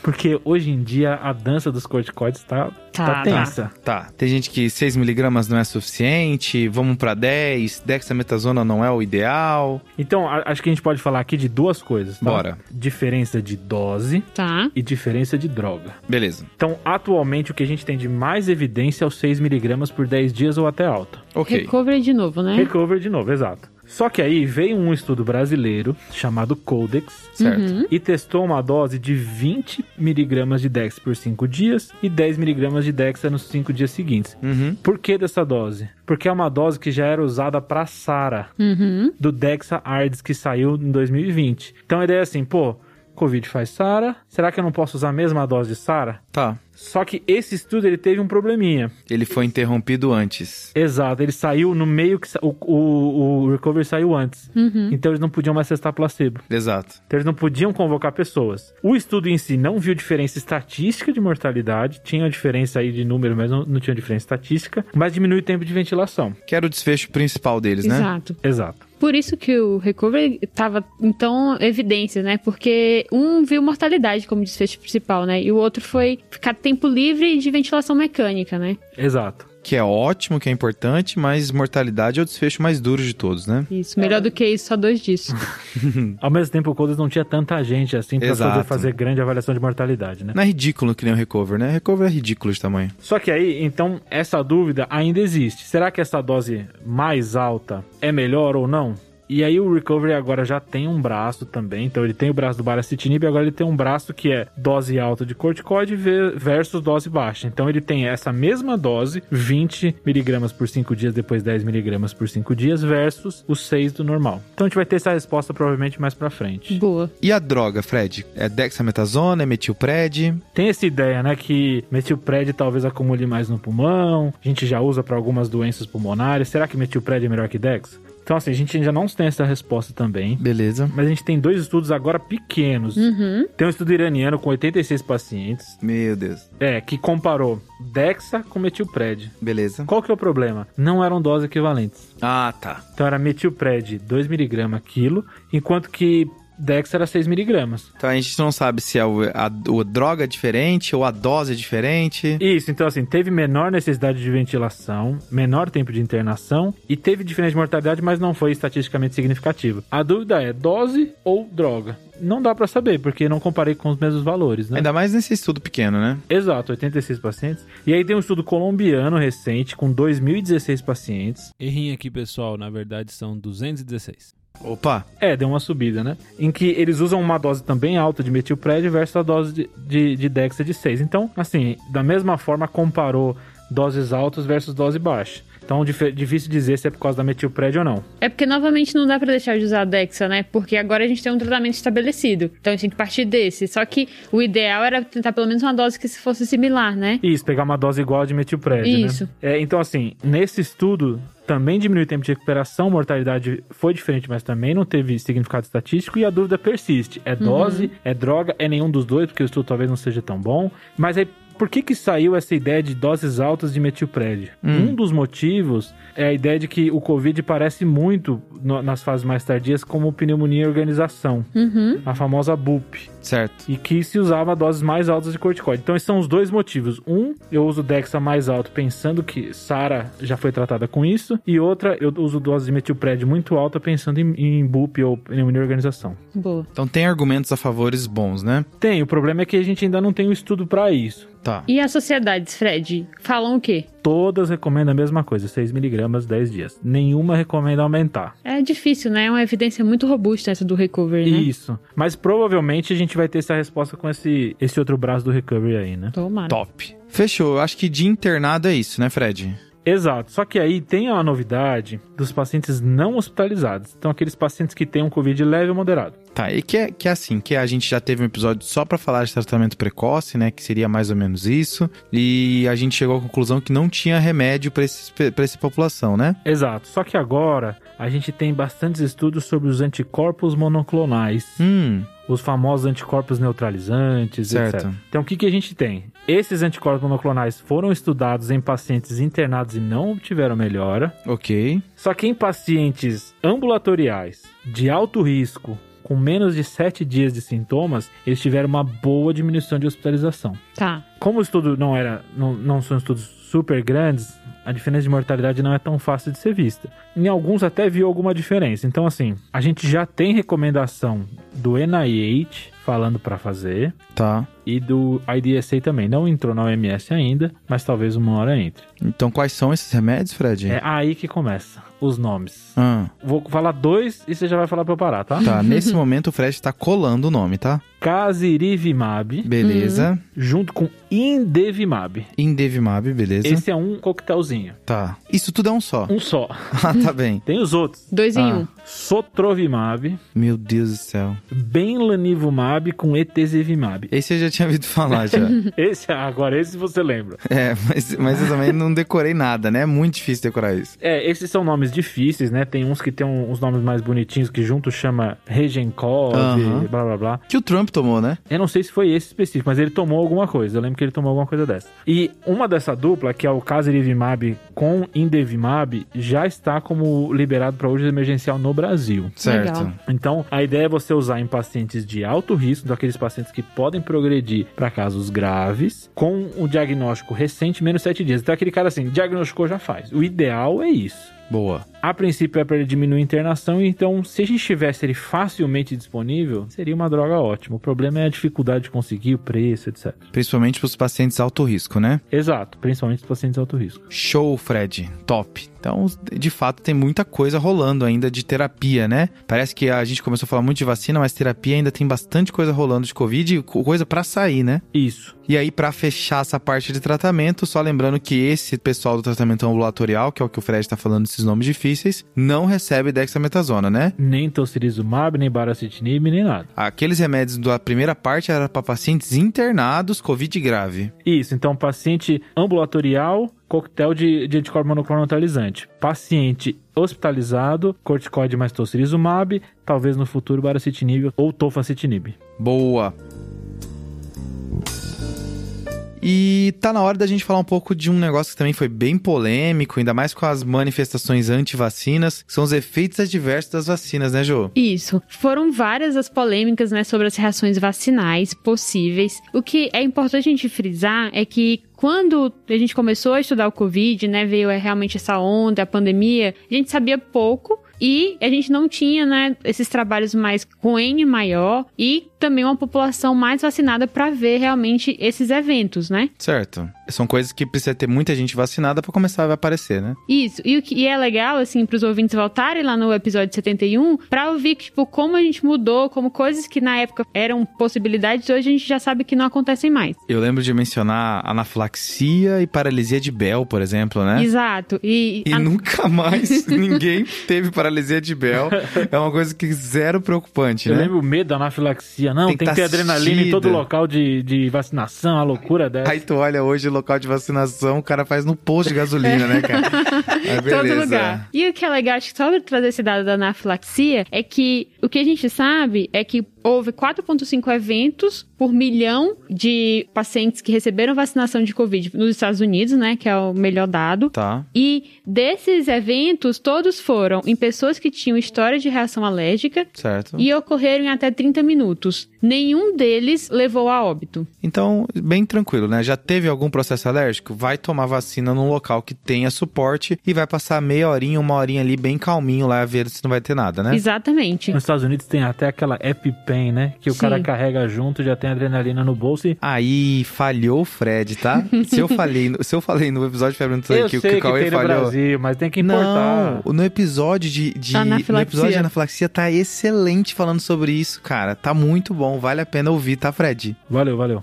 S2: Porque hoje em dia a dança dos corticoides tá, tá,
S3: Tá,
S2: tensa.
S1: Tá, tem gente que 6mg não é suficiente, vamos pra 10, dexametasona não é o ideal.
S2: Então, a- acho que a gente pode falar aqui de duas coisas, tá?
S1: Bora.
S2: Diferença de dose
S3: Tá.
S2: e diferença de droga.
S1: Beleza.
S2: Então, atualmente o que a gente tem de mais evidência é os 6mg por 10 dias ou até alta.
S1: Ok.
S3: Recovery de novo, né?
S2: Recover de novo, exato. Só que aí veio um estudo brasileiro chamado Codex
S1: Certo.
S2: e testou uma dose de 20 miligramas de Dex por 5 dias e 10 miligramas de Dexa nos 5 dias seguintes.
S1: Uhum.
S2: Por que dessa dose? Porque é uma dose que já era usada para Sara
S3: Uhum.
S2: do Dexa Ards que saiu em 2020. Então a ideia é assim, pô, Covid faz Sara, será que eu não posso usar a mesma dose de Sara?
S1: Tá.
S2: Só que esse estudo ele teve um probleminha.
S1: Ele foi interrompido antes.
S2: Exato, ele saiu no meio que sa- o, o, o Recovery saiu antes. Então eles não podiam mais testar placebo.
S1: Exato.
S2: Então eles não podiam convocar pessoas. O estudo em si não viu diferença estatística de mortalidade, tinha uma diferença aí de número, mas não, não tinha diferença estatística, mas diminui o tempo de ventilação.
S1: Que era o desfecho principal deles, né?
S3: Exato.
S2: Exato.
S3: Por isso que o recovery tava então evidência, né? Porque um viu mortalidade como desfecho principal, né? E o outro foi ficar tempo livre de ventilação mecânica, né?
S2: Exato.
S1: Que é ótimo, que é importante, mas mortalidade é o desfecho mais duro de todos, né?
S3: Isso, melhor do que isso, só dois disso.
S2: Ao mesmo tempo, o Codas não tinha tanta gente assim pra
S1: Exato.
S2: poder fazer grande avaliação de mortalidade, né?
S1: Não é ridículo que nem o Recover, né? Recover é ridículo de tamanho.
S2: Só que aí, então, essa dúvida ainda existe. Será que essa dose mais alta é melhor ou não? E aí o Recovery agora já tem um braço também, então ele tem o braço do baracitinib, agora ele tem um braço que é dose alta de corticoide ve- versus dose baixa. Então ele tem essa mesma dose, 20 miligramas por 5 dias, depois 10 miligramas por 5 dias, versus os 6 do normal. Então a gente vai ter essa resposta provavelmente mais pra frente.
S3: Boa.
S1: E a droga, Fred? É dexametasona, é metilpred?
S2: Tem essa ideia, né, que metilpred talvez acumule mais no pulmão, a gente já usa para algumas doenças pulmonares. Será que metilpred é melhor que dex? Então, assim, a gente ainda não tem essa resposta também.
S1: Beleza.
S2: Mas a gente tem dois estudos agora pequenos.
S3: Uhum.
S2: Tem um estudo iraniano com 86 pacientes,
S1: Meu Deus.
S2: é, que comparou dexa com metilpred.
S1: Beleza.
S2: Qual que é o problema? Não eram doses equivalentes.
S1: Ah, tá.
S2: Então era metilpred 2mg quilo, enquanto que dexa era 6mg.
S1: Então a gente não sabe se é o- a, o- a droga é diferente ou a dose é diferente.
S2: Isso, então assim, teve menor necessidade de ventilação, menor tempo de internação e teve diferença de mortalidade, mas não foi estatisticamente significativa. A dúvida é dose ou droga? Não dá pra saber, porque não comparei com os mesmos valores, né?
S1: Ainda mais nesse estudo pequeno, né?
S2: Exato, 86 pacientes. E aí tem um estudo colombiano recente com 2016 pacientes.
S4: Errinho aqui, pessoal. Na verdade, são 216.
S1: Opa,
S2: É, deu uma subida, né? Em que eles usam uma dose também alta de metilpred versus a dose de, de, de Dexa de 6. Então, assim, da mesma forma comparou doses altas versus dose baixa. Então, dif- difícil dizer se é por causa da metilpred ou não.
S3: É porque, novamente, não dá pra deixar de usar a Dexa, né? Porque agora a gente tem um tratamento estabelecido. Então a gente tem que partir desse. Só que o ideal era tentar pelo menos uma dose que se fosse similar, né?
S2: Isso, pegar uma dose igual de metilpred,
S3: Isso.
S2: né? É, então, assim, nesse estudo também diminuiu o tempo de recuperação, mortalidade foi diferente, mas também não teve significado estatístico e a dúvida persiste. É dose, é droga, é nenhum dos dois, porque o estudo talvez não seja tão bom. Mas aí, por que que saiu essa ideia de doses altas de metilpred?
S1: Hum.
S2: Um dos motivos é a ideia de que o COVID parece muito, no- nas fases mais tardias, como pneumonia e organização,
S3: Uhum.
S2: a famosa BUP
S1: Certo.
S2: e que se usava doses mais altas de corticoide. Então, esses são os dois motivos. Um, eu uso Dexa mais alto pensando que Sara já foi tratada com isso. E outra, eu uso dose de metilpred muito alta pensando em, em BUP ou pneumonia organização.
S3: Boa.
S1: Então tem argumentos a favores bons, né?
S2: Tem, o problema é que a gente ainda não tem um estudo pra isso.
S1: Tá.
S3: E as sociedades, Fred? Falam o quê?
S2: Todas recomendam a mesma coisa, 6mg 10 dias. Nenhuma recomenda aumentar.
S3: É difícil, né? É uma evidência muito robusta essa do recovery, né?
S2: Isso. Mas provavelmente a gente vai ter essa resposta com esse, esse outro braço do recovery aí, né?
S3: Tomara.
S1: Top. Fechou. Eu Acho que de internado é isso, né, Fred?
S2: Exato. Só que aí tem a novidade dos pacientes não hospitalizados. Então, aqueles pacientes que têm um Covid leve ou moderado.
S1: Tá, e que é, que é assim, que a gente já teve um episódio só pra falar de tratamento precoce, né, que seria mais ou menos isso, e a gente chegou à conclusão que não tinha remédio pra esses- pra essa população, né?
S2: Exato. Só que agora a gente tem bastantes estudos sobre os anticorpos monoclonais,
S1: Hum,
S2: os famosos anticorpos neutralizantes,
S1: Certo.
S2: etc. Então, o que, que a gente tem? Esses anticorpos monoclonais foram estudados em pacientes internados e não obtiveram melhora.
S1: ok.
S2: Só que em pacientes ambulatoriais de alto risco, com menos de 7 dias de sintomas, eles tiveram uma boa diminuição de hospitalização.
S3: Tá.
S2: Como o estudo não era, não, não são estudos super grandes, a diferença de mortalidade não é tão fácil de ser vista. Em alguns até viu alguma diferença. Então assim, a gente já tem recomendação do NIH falando pra fazer
S1: Tá.
S2: e do IDSA também. Não entrou na OMS ainda, mas talvez uma hora entre.
S1: Então quais são esses remédios, Fred?
S2: É aí que começa os nomes.
S1: Ah,
S2: Vou falar dois e você já vai falar pra eu parar, tá?
S1: tá, nesse momento o Fred tá colando o nome, tá?
S2: Casirivimab
S1: Beleza.
S2: junto com Indevimab.
S1: Indevimab, beleza.
S2: Esse é um coquetelzinho.
S1: Tá. Isso tudo é um só.
S2: Um só.
S1: ah, tá bem.
S2: Tem os outros.
S3: Dois em
S1: Ah.
S3: um.
S2: Sotrovimab,
S1: Meu Deus do céu.
S2: Benlanivumab com Etezevimab.
S1: Esse eu já tinha ouvido falar já.
S2: Esse, agora esse você lembra.
S1: é, mas, mas eu também não decorei nada, né? É muito difícil decorar isso.
S2: É, esses são nomes difíceis, né? Tem uns que tem um- uns nomes mais bonitinhos que junto chama Regencov,
S1: Aham.
S2: blá blá blá.
S1: Que o Trump tomou, né?
S2: Eu não sei se foi esse específico, mas ele tomou alguma coisa. Eu lembro que ele tomou alguma coisa dessa. E uma dessa dupla, que é o Casirivimab com Indevimab, já está como liberado para uso emergencial no Brasil.
S1: Certo.
S3: Legal.
S2: Então, a ideia é você usar em pacientes de alto risco, então aqueles pacientes que podem progredir para casos graves, com o diagnóstico recente, menos 7 dias. Então, aquele cara assim, diagnosticou, já faz. O ideal é isso.
S1: Boa.
S2: A princípio é para ele diminuir a internação, então se a gente tivesse ele facilmente disponível, seria uma droga ótima. O problema é a dificuldade de conseguir o preço, etc.
S1: Principalmente para os pacientes alto risco, né?
S2: Exato, principalmente os pacientes de alto risco.
S1: Show, Fred. Top. Então, de fato, tem muita coisa rolando ainda de terapia, né? Parece que a gente começou a falar muito de vacina, mas terapia ainda tem bastante coisa rolando de Covid e co- coisa para sair, né?
S2: Isso.
S1: E aí, pra fechar essa parte de tratamento, só lembrando que esse pessoal do tratamento ambulatorial, que é o que o Fred tá falando, esses nomes difíceis, não recebe dexametasona, né?
S2: Nem tocilizumab, nem baracitinib, nem nada.
S1: Aqueles remédios da primeira parte era pra pacientes internados, Covid grave.
S2: Isso, então paciente ambulatorial, coquetel de, de anticorpo monoclonal neutralizante. Paciente hospitalizado, corticoide mais tocilizumab, talvez no futuro baracitinib ou tofacitinib.
S1: Boa! E tá na hora da gente falar um pouco de um negócio que também foi bem polêmico, ainda mais com as manifestações anti-vacinas, que são os efeitos adversos das vacinas, né, Jô?
S3: Isso. Foram várias as polêmicas, né, sobre as reações vacinais possíveis. O que é importante a gente frisar é que quando a gente começou a estudar o Covid, né, veio é, realmente essa onda, a pandemia, a gente sabia pouco e a gente não tinha, né, esses trabalhos mais com N maior e também uma população mais vacinada para ver realmente esses eventos, né?
S1: Certo. São coisas que precisa ter muita gente vacinada para começar a aparecer, né?
S3: Isso. E o que e é legal, assim, pros ouvintes voltarem lá no episódio 71 pra ouvir, que, tipo, como a gente mudou, como coisas que na época eram possibilidades, hoje a gente já sabe que não acontecem mais.
S1: Eu lembro de mencionar anafilaxia e paralisia de Bell, por exemplo, né?
S3: Exato. E,
S1: E
S3: a-
S1: nunca mais ninguém teve paralisia de Bell. É uma coisa que zero preocupante,
S2: Eu
S1: né?
S2: lembro o medo da anafilaxia. Não,
S1: Tem
S2: tem,
S1: que
S2: que ter
S1: tá
S2: adrenalina em todo
S1: assistida.
S2: local de, de vacinação, a loucura dessa.
S1: Aí tu olha hoje o local de vacinação, o cara faz no posto de gasolina, né, cara? Mas beleza.
S3: Todo lugar. E o que é legal, acho que só pra trazer esse dado da anafilaxia, é que o que a gente sabe é que houve 4,5 eventos por milhão de pacientes que receberam vacinação de Covid nos Estados Unidos, né? Que é o melhor dado.
S1: Tá.
S3: E desses eventos, todos foram em pessoas que tinham história de reação alérgica
S1: Certo.
S3: e ocorreram em até 30 minutos. Nenhum deles levou a óbito.
S1: Então, bem tranquilo, né? Já teve algum processo alérgico? Vai tomar vacina num local que tenha suporte e vai passar meia horinha, uma horinha ali, bem calminho lá, ver se não vai ter nada, né?
S3: Exatamente.
S2: Nos Estados Unidos tem até aquela EpiPen, né? Que o
S3: Sim.
S2: cara carrega junto, já tem adrenalina no bolso e...
S1: Aí falhou o Fred, tá? se, eu falei, se eu falei no episódio de Febre que,
S2: Eu sei
S1: que o
S2: que
S1: Cauê
S2: tem no
S1: falhou.
S2: Brasil, mas tem que importar.
S1: Não, no episódio de, de
S3: Tá Anafilaxia.
S1: no episódio de anafilaxia tá excelente falando sobre isso, cara. Tá muito bom, vale a pena ouvir, tá, Fred?
S2: Valeu, valeu.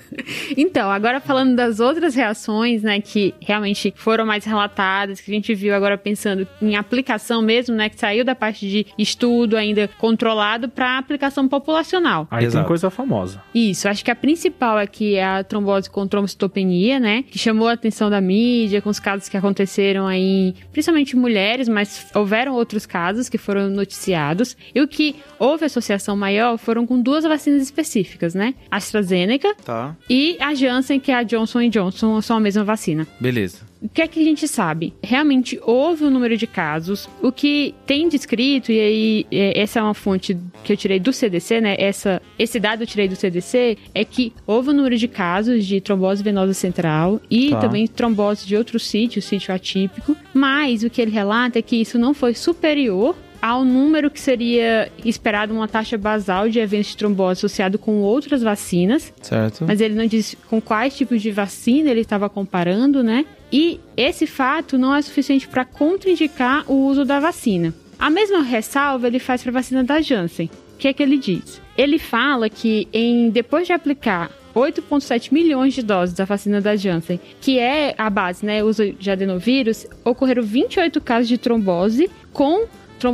S3: Então, agora falando das outras reações, né, que realmente foram mais relatadas, que a gente viu agora pensando em aplicação mesmo, né, que saiu da parte de estudo ainda controlado para aplicação populacional.
S2: Aí
S1: Exato.
S2: tem coisa famosa.
S3: Isso, acho que a principal aqui é a trombose com trombocitopenia, né, que chamou a atenção da mídia com os casos que aconteceram aí, principalmente em mulheres, mas houveram outros casos que foram noticiados. E o que houve associação maior foram com duas vacinas específicas, né? AstraZeneca
S1: Tá.
S3: e a Janssen, que é a Johnson Johnson, são a mesma vacina.
S1: Beleza.
S3: O que é que a gente sabe? Realmente houve um número de casos. O que tem descrito, e aí é, essa é uma fonte que eu tirei do CDC, né? Essa, esse dado eu tirei do CDC, é que houve um número de casos de trombose venosa central e
S1: Tá.
S3: também trombose de outro sítio, sítio atípico. Mas o que ele relata é que isso não foi superior ao número que seria esperado uma taxa basal de eventos de trombose associado com outras vacinas.
S1: Certo.
S3: Mas ele não disse com quais tipos de vacina ele estava comparando, né? E esse fato não é suficiente para contraindicar o uso da vacina. A mesma ressalva ele faz para a vacina da Janssen. O que é que ele diz? Ele fala que em depois de aplicar 8,7 milhões de doses da vacina da Janssen, que é a base, né, uso de adenovírus, ocorreram 28 casos de trombose com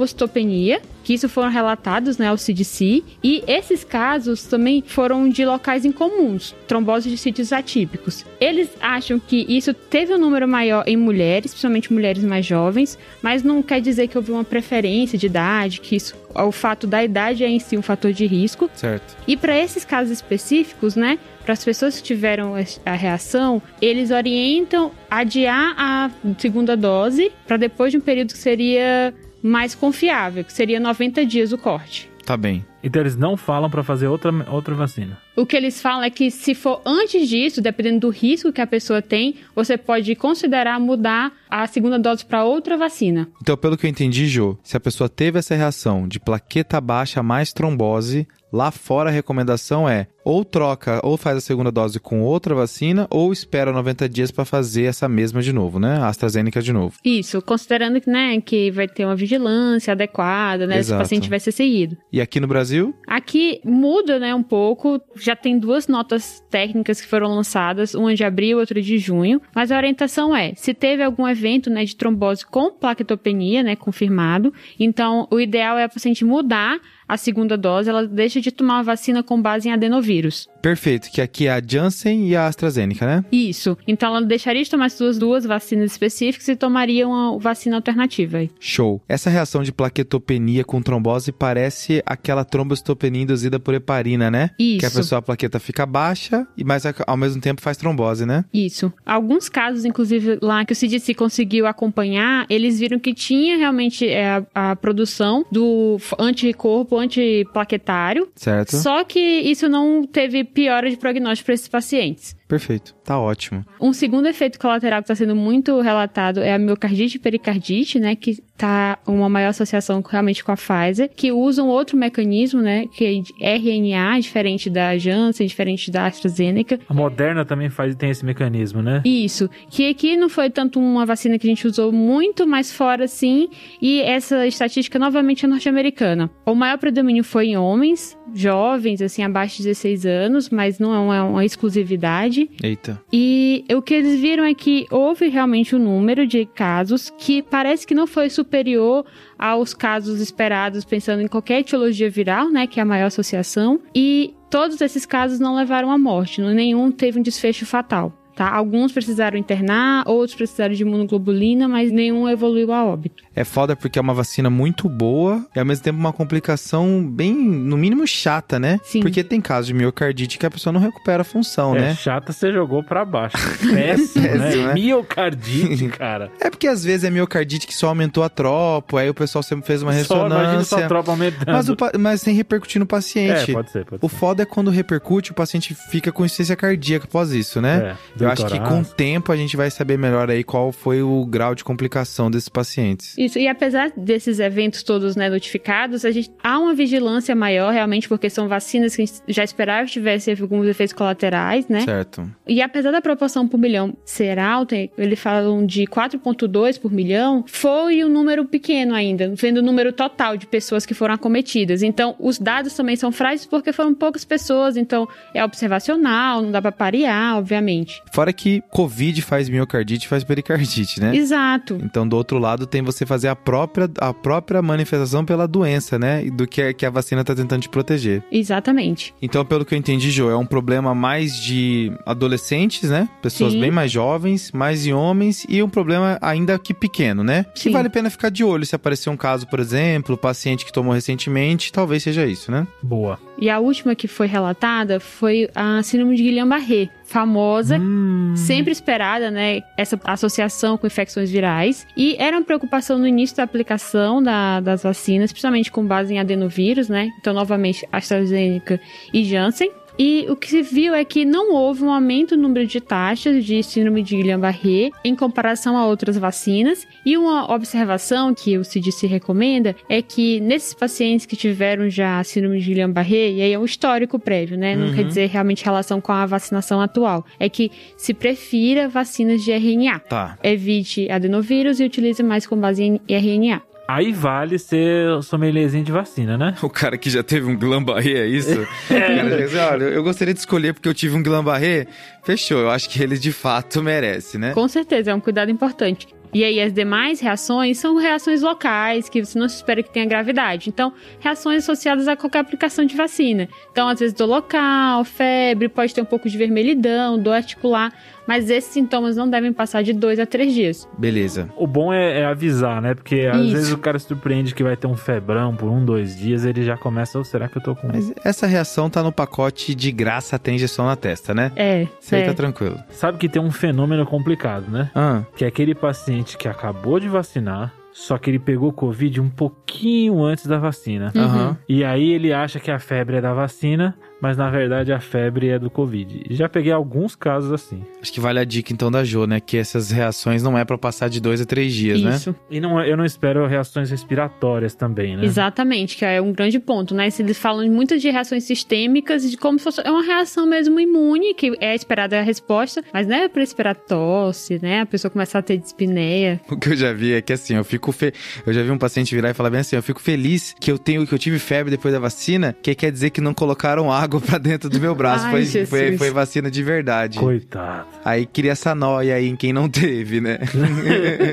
S3: trombocitopenia, que isso foram relatados né, ao CDC, e esses casos também foram de locais incomuns, trombose de sítios atípicos. Eles acham que isso teve um número maior em mulheres, principalmente mulheres mais jovens, mas não quer dizer que houve uma preferência de idade, que isso, o fato da idade é em si um fator de risco,
S1: Certo.
S3: e para esses casos específicos, né, para as pessoas que tiveram es- a reação, eles orientam adiar a segunda dose para depois de um período que seria mais confiável, que seria 90 dias o corte.
S1: Tá bem.
S2: Então eles não falam pra fazer outra, outra vacina.
S3: O que eles falam é que se for antes disso, dependendo do risco que a pessoa tem, você pode considerar mudar a segunda dose para outra vacina.
S1: Então, pelo que eu entendi, Jô, se a pessoa teve essa reação de plaqueta baixa mais trombose, lá fora a recomendação é ou troca ou faz a segunda dose com outra vacina ou espera 90 dias pra fazer essa mesma de novo, né? A AstraZeneca de novo.
S3: Isso, considerando que, né, que vai ter uma vigilância adequada, né, se o
S1: Exato.
S3: paciente vai ser seguido.
S1: E aqui no Brasil?
S3: Aqui muda, né, um pouco. Já tem duas notas técnicas que foram lançadas, uma de abril, outra de junho. Mas a orientação é, se teve algum evento, né, de trombose com plaquetopenia, né, confirmado, então o ideal é a paciente mudar a segunda dose, ela deixa de tomar a vacina com base em adenovírus.
S1: Perfeito, que aqui é a Janssen e a AstraZeneca, né?
S3: Isso. Então ela deixaria de tomar as suas duas vacinas específicas e tomaria uma vacina alternativa.
S1: Show. Essa reação de plaquetopenia com trombose parece aquela trombocitopenia induzida por heparina, né? Que a
S3: Isso.
S1: pessoa, a plaqueta fica baixa, e mas ao mesmo tempo faz trombose, né?
S3: Isso. Alguns casos, inclusive, lá que o CDC conseguiu acompanhar, eles viram que tinha realmente é, a, a produção do f- anticorpo antiplaquetário,
S1: Certo?
S3: só que isso não teve piora de prognóstico para esses pacientes.
S1: Perfeito. Tá ótimo.
S3: Um segundo efeito colateral que está sendo muito relatado é a miocardite e pericardite, né? Que tá uma maior associação realmente com a Pfizer, que usam outro mecanismo, né? Que é RNA, diferente da Janssen, diferente da AstraZeneca.
S2: A Moderna também faz, tem esse mecanismo, né?
S3: Isso. Que aqui não foi tanto uma vacina que a gente usou muito, mas fora sim. E essa estatística novamente é norte-americana. O maior predomínio foi em homens, jovens, assim, abaixo de 16 anos, mas não é uma, uma exclusividade.
S1: Eita.
S3: E o que eles viram é que houve realmente um número de casos que parece que não foi superior aos casos esperados, pensando em qualquer etiologia viral, né, que é a maior associação. E todos esses casos não levaram à morte, nenhum teve um desfecho fatal. Tá? Alguns precisaram internar, outros precisaram de imunoglobulina, mas nenhum evoluiu a óbito.
S1: É foda porque é uma vacina muito boa e ao mesmo tempo uma complicação bem, no mínimo, chata, né?
S3: Sim.
S1: Porque tem casos de miocardite que a pessoa não recupera a função,
S2: é
S1: né?
S2: chata, você jogou pra baixo. Péssimo,
S1: Péssimo,
S2: né?
S1: né?
S2: Miocardite, cara.
S1: É porque às vezes é miocardite que só aumentou a tropo, aí o pessoal sempre fez uma
S2: Só imagina sua
S1: ressonância.
S2: tropa aumentando.
S1: Mas, o pa- mas sem repercutir no
S2: é,
S1: paciente.
S2: pode ser, pode
S1: o
S2: ser.
S1: foda é quando repercute, o paciente fica com insuficiência cardíaca após isso, né?
S2: É,
S1: Eu acho que com o
S2: doutorado.
S1: tempo a gente vai saber melhor aí qual foi o grau de complicação desses pacientes.
S3: Isso, e apesar desses eventos todos né, notificados, a gente, há uma vigilância maior realmente, porque são vacinas que a gente já esperava que tivesse alguns efeitos colaterais, né?
S1: Certo.
S3: E apesar da proporção por milhão ser alta, eles falam de 4,2 por milhão, foi um número pequeno ainda, vendo o número total de pessoas que foram acometidas. Então, os dados também são frágeis porque foram poucas pessoas, então é observacional, não dá pra parear, obviamente.
S1: Fora que Covid faz miocardite, faz pericardite, né?
S3: Exato.
S1: Então, do outro lado, tem você fazer a própria, a própria manifestação pela doença, né? Do que, que a vacina tá tentando te proteger.
S3: Exatamente.
S1: Então, pelo que eu entendi, Jo, é um problema mais de adolescentes, né? Pessoas
S3: Sim.
S1: bem mais jovens, mais em homens, e um problema ainda que pequeno, né? Que
S3: Sim.
S1: vale a pena ficar de olho se aparecer um caso, por exemplo, paciente que tomou recentemente, talvez seja isso, né?
S2: Boa.
S3: E a última que foi relatada foi a síndrome de Guillain-Barré, famosa,
S2: Hum,
S3: sempre esperada, né, essa associação com infecções virais. E era uma preocupação no início da aplicação da- das vacinas, principalmente com base em adenovírus, né? Então, novamente, AstraZeneca e Janssen. E o que se viu é que não houve um aumento no número de taxas de síndrome de Guillain-Barré em comparação a outras vacinas. E uma observação que o CDC recomenda é que nesses pacientes que tiveram já a síndrome de Guillain-Barré, e aí é um histórico prévio, né? Não
S1: Uhum.
S3: quer dizer realmente relação com a vacinação atual. É que se prefira vacinas de RNA.
S1: Tá.
S3: Evite adenovírus e utilize mais com base em RNA.
S2: Aí vale ser sommelierzinho de vacina, né?
S1: O cara que já teve um glambarré, é isso? O cara já disse, olha, eu gostaria de escolher porque eu tive um glambarré. Fechou, eu acho que ele de fato merece, né?
S3: Com certeza, é um cuidado importante. E aí, as demais reações são reações locais, que você não se espera que tenha gravidade. Então, reações associadas a qualquer aplicação de vacina. Então, às vezes, dor local, febre, pode ter um pouco de vermelhidão, dor articular. Mas esses sintomas não devem passar de dois a três dias.
S1: Beleza.
S2: O bom é, é avisar, né? Porque às
S3: Isso.
S2: vezes o cara surpreende que vai ter um febrão por um, dois dias, ele já começa, ou será que eu tô com...
S1: Mas essa reação tá no pacote de graça até injeção na testa, né?
S3: É,
S1: Isso aí
S3: é.
S1: tá tranquilo.
S2: Sabe que tem um fenômeno complicado, né?
S1: Ah,
S2: que é aquele paciente que acabou de vacinar, só que ele pegou Covid um pouquinho antes da vacina.
S3: Uhum.
S1: aham.
S2: E aí ele acha que a febre é da vacina, mas na verdade a febre é do Covid. Já peguei alguns casos assim.
S1: Acho que vale a dica então da Jo, né? Que essas reações não é pra passar de dois a três dias, né?
S3: Isso.
S2: E não, é, eu não espero reações respiratórias também, né?
S3: Exatamente, que é um grande ponto, né? Se Eles falam muito de reações sistêmicas, de como se fosse é uma reação mesmo imune, que é esperada a resposta, mas não é pra esperar tosse, né? A pessoa começar a ter dispneia.
S1: O que eu já vi é que assim, eu fico fe... eu já vi um paciente virar e falar bem assim, eu fico feliz que eu tenho que eu tive febre depois da vacina, que quer dizer que não colocaram água pra dentro do meu braço,
S3: Ai,
S1: foi, foi
S3: Jesus.
S1: foi vacina de verdade.
S2: Coitado.
S1: Aí cria essa nóia aí em quem não teve, né?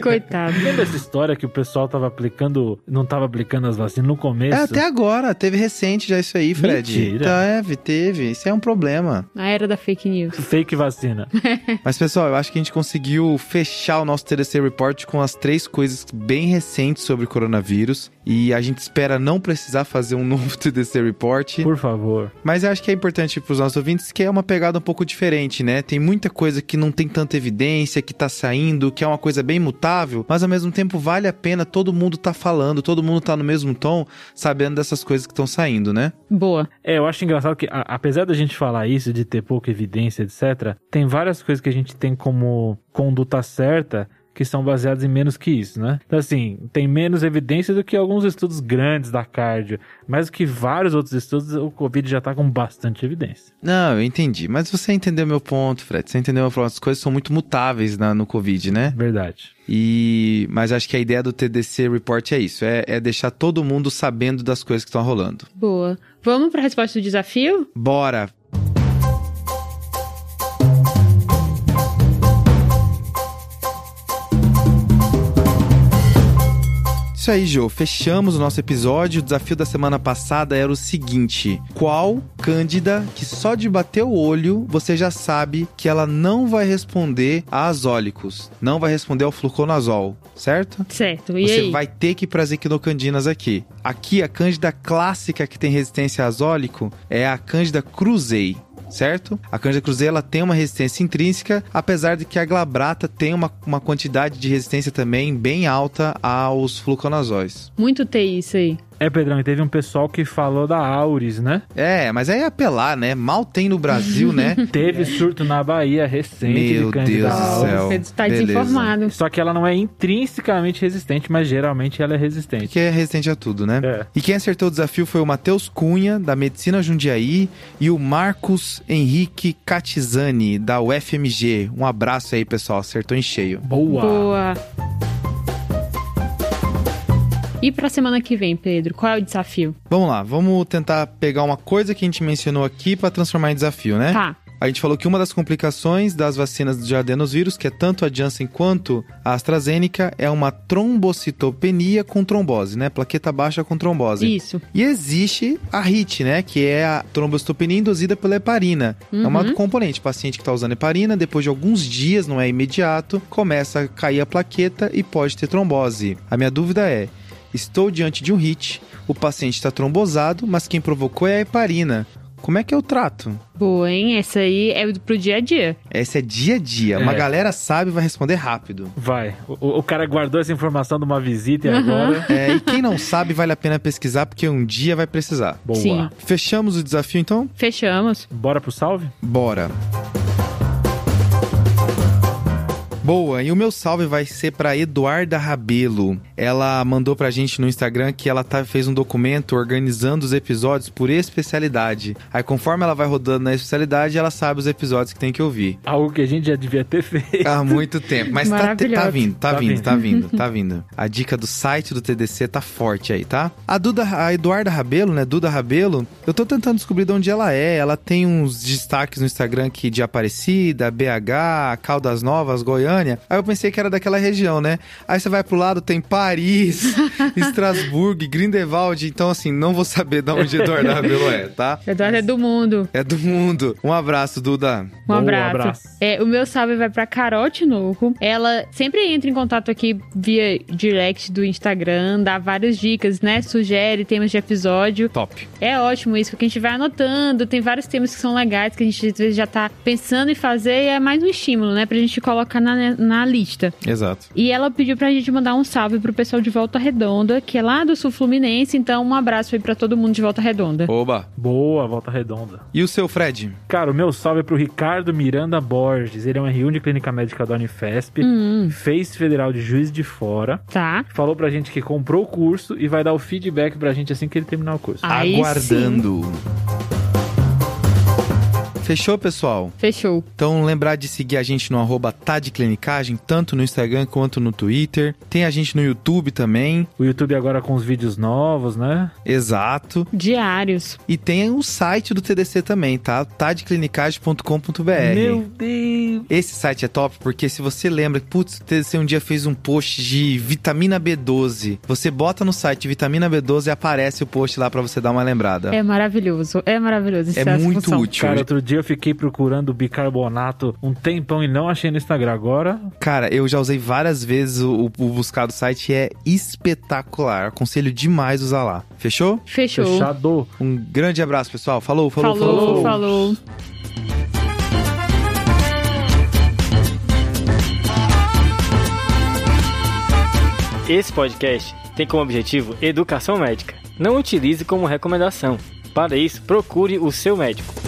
S3: Coitado.
S2: Lembra essa história que o pessoal tava aplicando, não tava aplicando as vacinas no
S1: É,
S2: começo?
S1: até agora, teve recente já isso aí, Fred.
S2: Mentira.
S1: Teve, teve. Isso é um problema.
S3: A era da fake news.
S2: Fake vacina.
S1: Mas, pessoal, eu acho que a gente conseguiu fechar o nosso TDC Report com as três coisas bem bem recente sobre coronavírus e a gente espera não precisar fazer um novo TDC Report.
S2: Por favor.
S1: Mas eu acho que é importante para os nossos ouvintes que é uma pegada um pouco diferente, né? Tem muita coisa que não tem tanta evidência, que tá saindo, que é uma coisa bem mutável, mas ao mesmo tempo vale a pena todo mundo tá falando, todo mundo tá no mesmo tom, sabendo dessas coisas que estão saindo, né?
S3: Boa.
S2: É, eu acho engraçado que, a- apesar da gente falar isso, de ter pouca evidência, etc., tem várias coisas que a gente tem como conduta certa que são baseadas em menos que isso, né? Então, assim, tem menos evidência do que alguns estudos grandes da cardio, mas que vários outros estudos, o Covid já tá com bastante evidência.
S1: Não, eu entendi. Mas você entendeu meu ponto, Fred. Você entendeu meu ponto. As coisas são muito mutáveis na- no Covid, né?
S2: É Verdade.
S1: E mas acho que a ideia do TDC Report é isso, é, é deixar todo mundo sabendo das coisas que estão rolando.
S3: Boa. Vamos para a resposta do desafio?
S1: Bora. Isso aí, Jô. Fechamos o nosso episódio. O desafio da semana passada era o seguinte: qual Cândida que só de bater o olho você já sabe que ela não vai responder a azólicos, não vai responder ao fluconazol, certo?
S3: Certo. E
S1: você
S3: aí?
S1: vai ter que ir para as equinocandinas aqui. Aqui, a cândida clássica que tem resistência a azólico é a cândida cruzei. Certo? A cândida cruzei ela tem uma resistência intrínseca, apesar de que a glabrata tem uma, uma quantidade de resistência também bem alta aos fluconazóis.
S3: Muito TI isso aí.
S2: É, Pedrão, e teve um pessoal que falou da Auris, né?
S1: É, mas aí é apelar, né? Mal tem no Brasil, né?
S2: Teve surto na Bahia recente
S1: Meu
S2: de Candida
S1: Deus do
S2: auris.
S1: Ah, céu.
S3: Você está
S1: Beleza.
S3: desinformado.
S2: Só que ela não é intrinsecamente resistente, mas geralmente ela é resistente.
S1: Porque é resistente a tudo, né?
S2: É.
S1: E quem acertou o desafio foi o Matheus Cunha, da Medicina Jundiaí, e o Marcos Henrique Catizani, da UFMG. Um abraço aí, pessoal. Acertou em cheio.
S4: Boa.
S3: Boa. E para semana que vem, Pedro, qual é o desafio?
S1: Vamos lá, vamos tentar pegar uma coisa que a gente mencionou aqui pra transformar em desafio, né?
S3: Tá.
S1: A gente falou que uma das complicações das vacinas de adenovírus, que é tanto a Janssen quanto a AstraZeneca, é uma trombocitopenia com trombose, né? Plaqueta baixa com trombose.
S3: Isso.
S1: E existe a RIT, né? Que é a trombocitopenia induzida pela heparina. É uma componente. O paciente que está usando heparina, depois de alguns dias, não é imediato, começa a cair a plaqueta e pode ter trombose. A minha dúvida é: estou diante de um RIT, o paciente está trombosado, mas quem provocou é a heparina. Como é que eu trato?
S3: Boa, hein? Essa aí é pro dia a dia.
S1: Essa é dia a dia. Uma
S2: É.
S1: galera sabe e vai responder rápido.
S2: Vai. O, o cara guardou essa informação de uma visita e agora.
S1: É, e quem não sabe, vale a pena pesquisar, porque um dia vai precisar.
S2: Boa.
S3: Sim.
S1: Fechamos o desafio então?
S3: Fechamos.
S2: Bora pro salve?
S1: Bora. Boa, e o meu salve vai ser para Eduarda Rabelo. Ela mandou pra gente no Instagram que ela tá- fez um documento organizando os episódios por especialidade. Aí conforme ela vai rodando na especialidade, ela sabe os episódios que tem que ouvir.
S2: Algo que a gente já devia ter feito.
S1: Há muito tempo, mas tá, te- tá
S3: Maravilhoso.
S1: vindo, tá,
S2: Tá
S1: vindo,
S2: vindo.
S1: tá vindo, tá vindo. A dica do site do TDC tá forte aí, tá? A Duda, a Eduarda Rabelo, né, Duda Rabelo, eu tô tentando descobrir de onde ela é. Ela tem uns destaques no Instagram aqui de Aparecida, BH, Caldas Novas, Goiânia. Aí eu pensei que era daquela região, né? Aí você vai pro lado, tem Paris, Estrasburgo, Grindelwald. Então, assim, não vou saber de onde Eduarda Rabelo é, tá?
S3: Eduardo é do mundo.
S1: É do mundo. Um abraço, Duda.
S3: Um
S2: Boa,
S3: abraço.
S2: abraço.
S3: É, o meu salve vai pra Carol Tinoco. Ela sempre entra em contato aqui via direct do Instagram, dá várias dicas, né? Sugere temas de episódio.
S1: Top.
S3: É ótimo isso, porque a gente vai anotando, tem vários temas que são legais, que a gente às vezes já tá pensando em fazer, e é mais um estímulo, né? Pra gente colocar na, na lista.
S1: Exato.
S3: E ela pediu pra gente mandar um salve pro pessoal de Volta Redonda, que é lá do Sul Fluminense, então um abraço aí pra todo mundo de Volta Redonda.
S1: Oba.
S2: Boa, volta redonda.
S1: E o seu, Fred?
S2: Cara, o meu salve é pro Ricardo Miranda Borges. Ele é um R1 de Clínica Médica da Unifesp, fez Federal de Juiz de Fora.
S3: Tá?
S2: Falou pra gente que comprou o curso e vai dar o feedback pra gente assim que ele terminar o curso.
S3: Aí
S1: Aguardando. Fechou, pessoal?
S3: Fechou.
S1: Então lembrar de seguir a gente no arroba Tá de Clinicagem, tanto no Instagram quanto no Twitter. Tem a gente no YouTube também.
S2: O YouTube agora com os vídeos novos, né?
S1: Exato.
S3: Diários.
S1: E tem o site do TDC também, tá? Tadeclinicagem.com.br.
S2: Meu Deus!
S1: caralho, esse site é top, porque se você lembra, putz, você um dia fez um post de vitamina B12, você bota no site vitamina B12 e aparece o post lá para você dar uma lembrada.
S3: É maravilhoso, é maravilhoso.
S1: É
S3: essa
S1: muito
S3: função.
S1: útil.
S2: Cara, outro dia eu fiquei procurando bicarbonato um tempão e não achei no Instagram. Agora,
S1: Cara, eu já usei várias vezes o, o buscar do site e é espetacular. Aconselho demais usar lá. Fechou?
S3: Fechou.
S2: fechado.
S1: Um grande abraço, pessoal. Falou, falou,
S3: Falou,
S1: falou.
S3: falou.
S1: falou.
S5: Esse podcast tem como objetivo educação médica. Não utilize como recomendação. Para isso, procure o seu médico.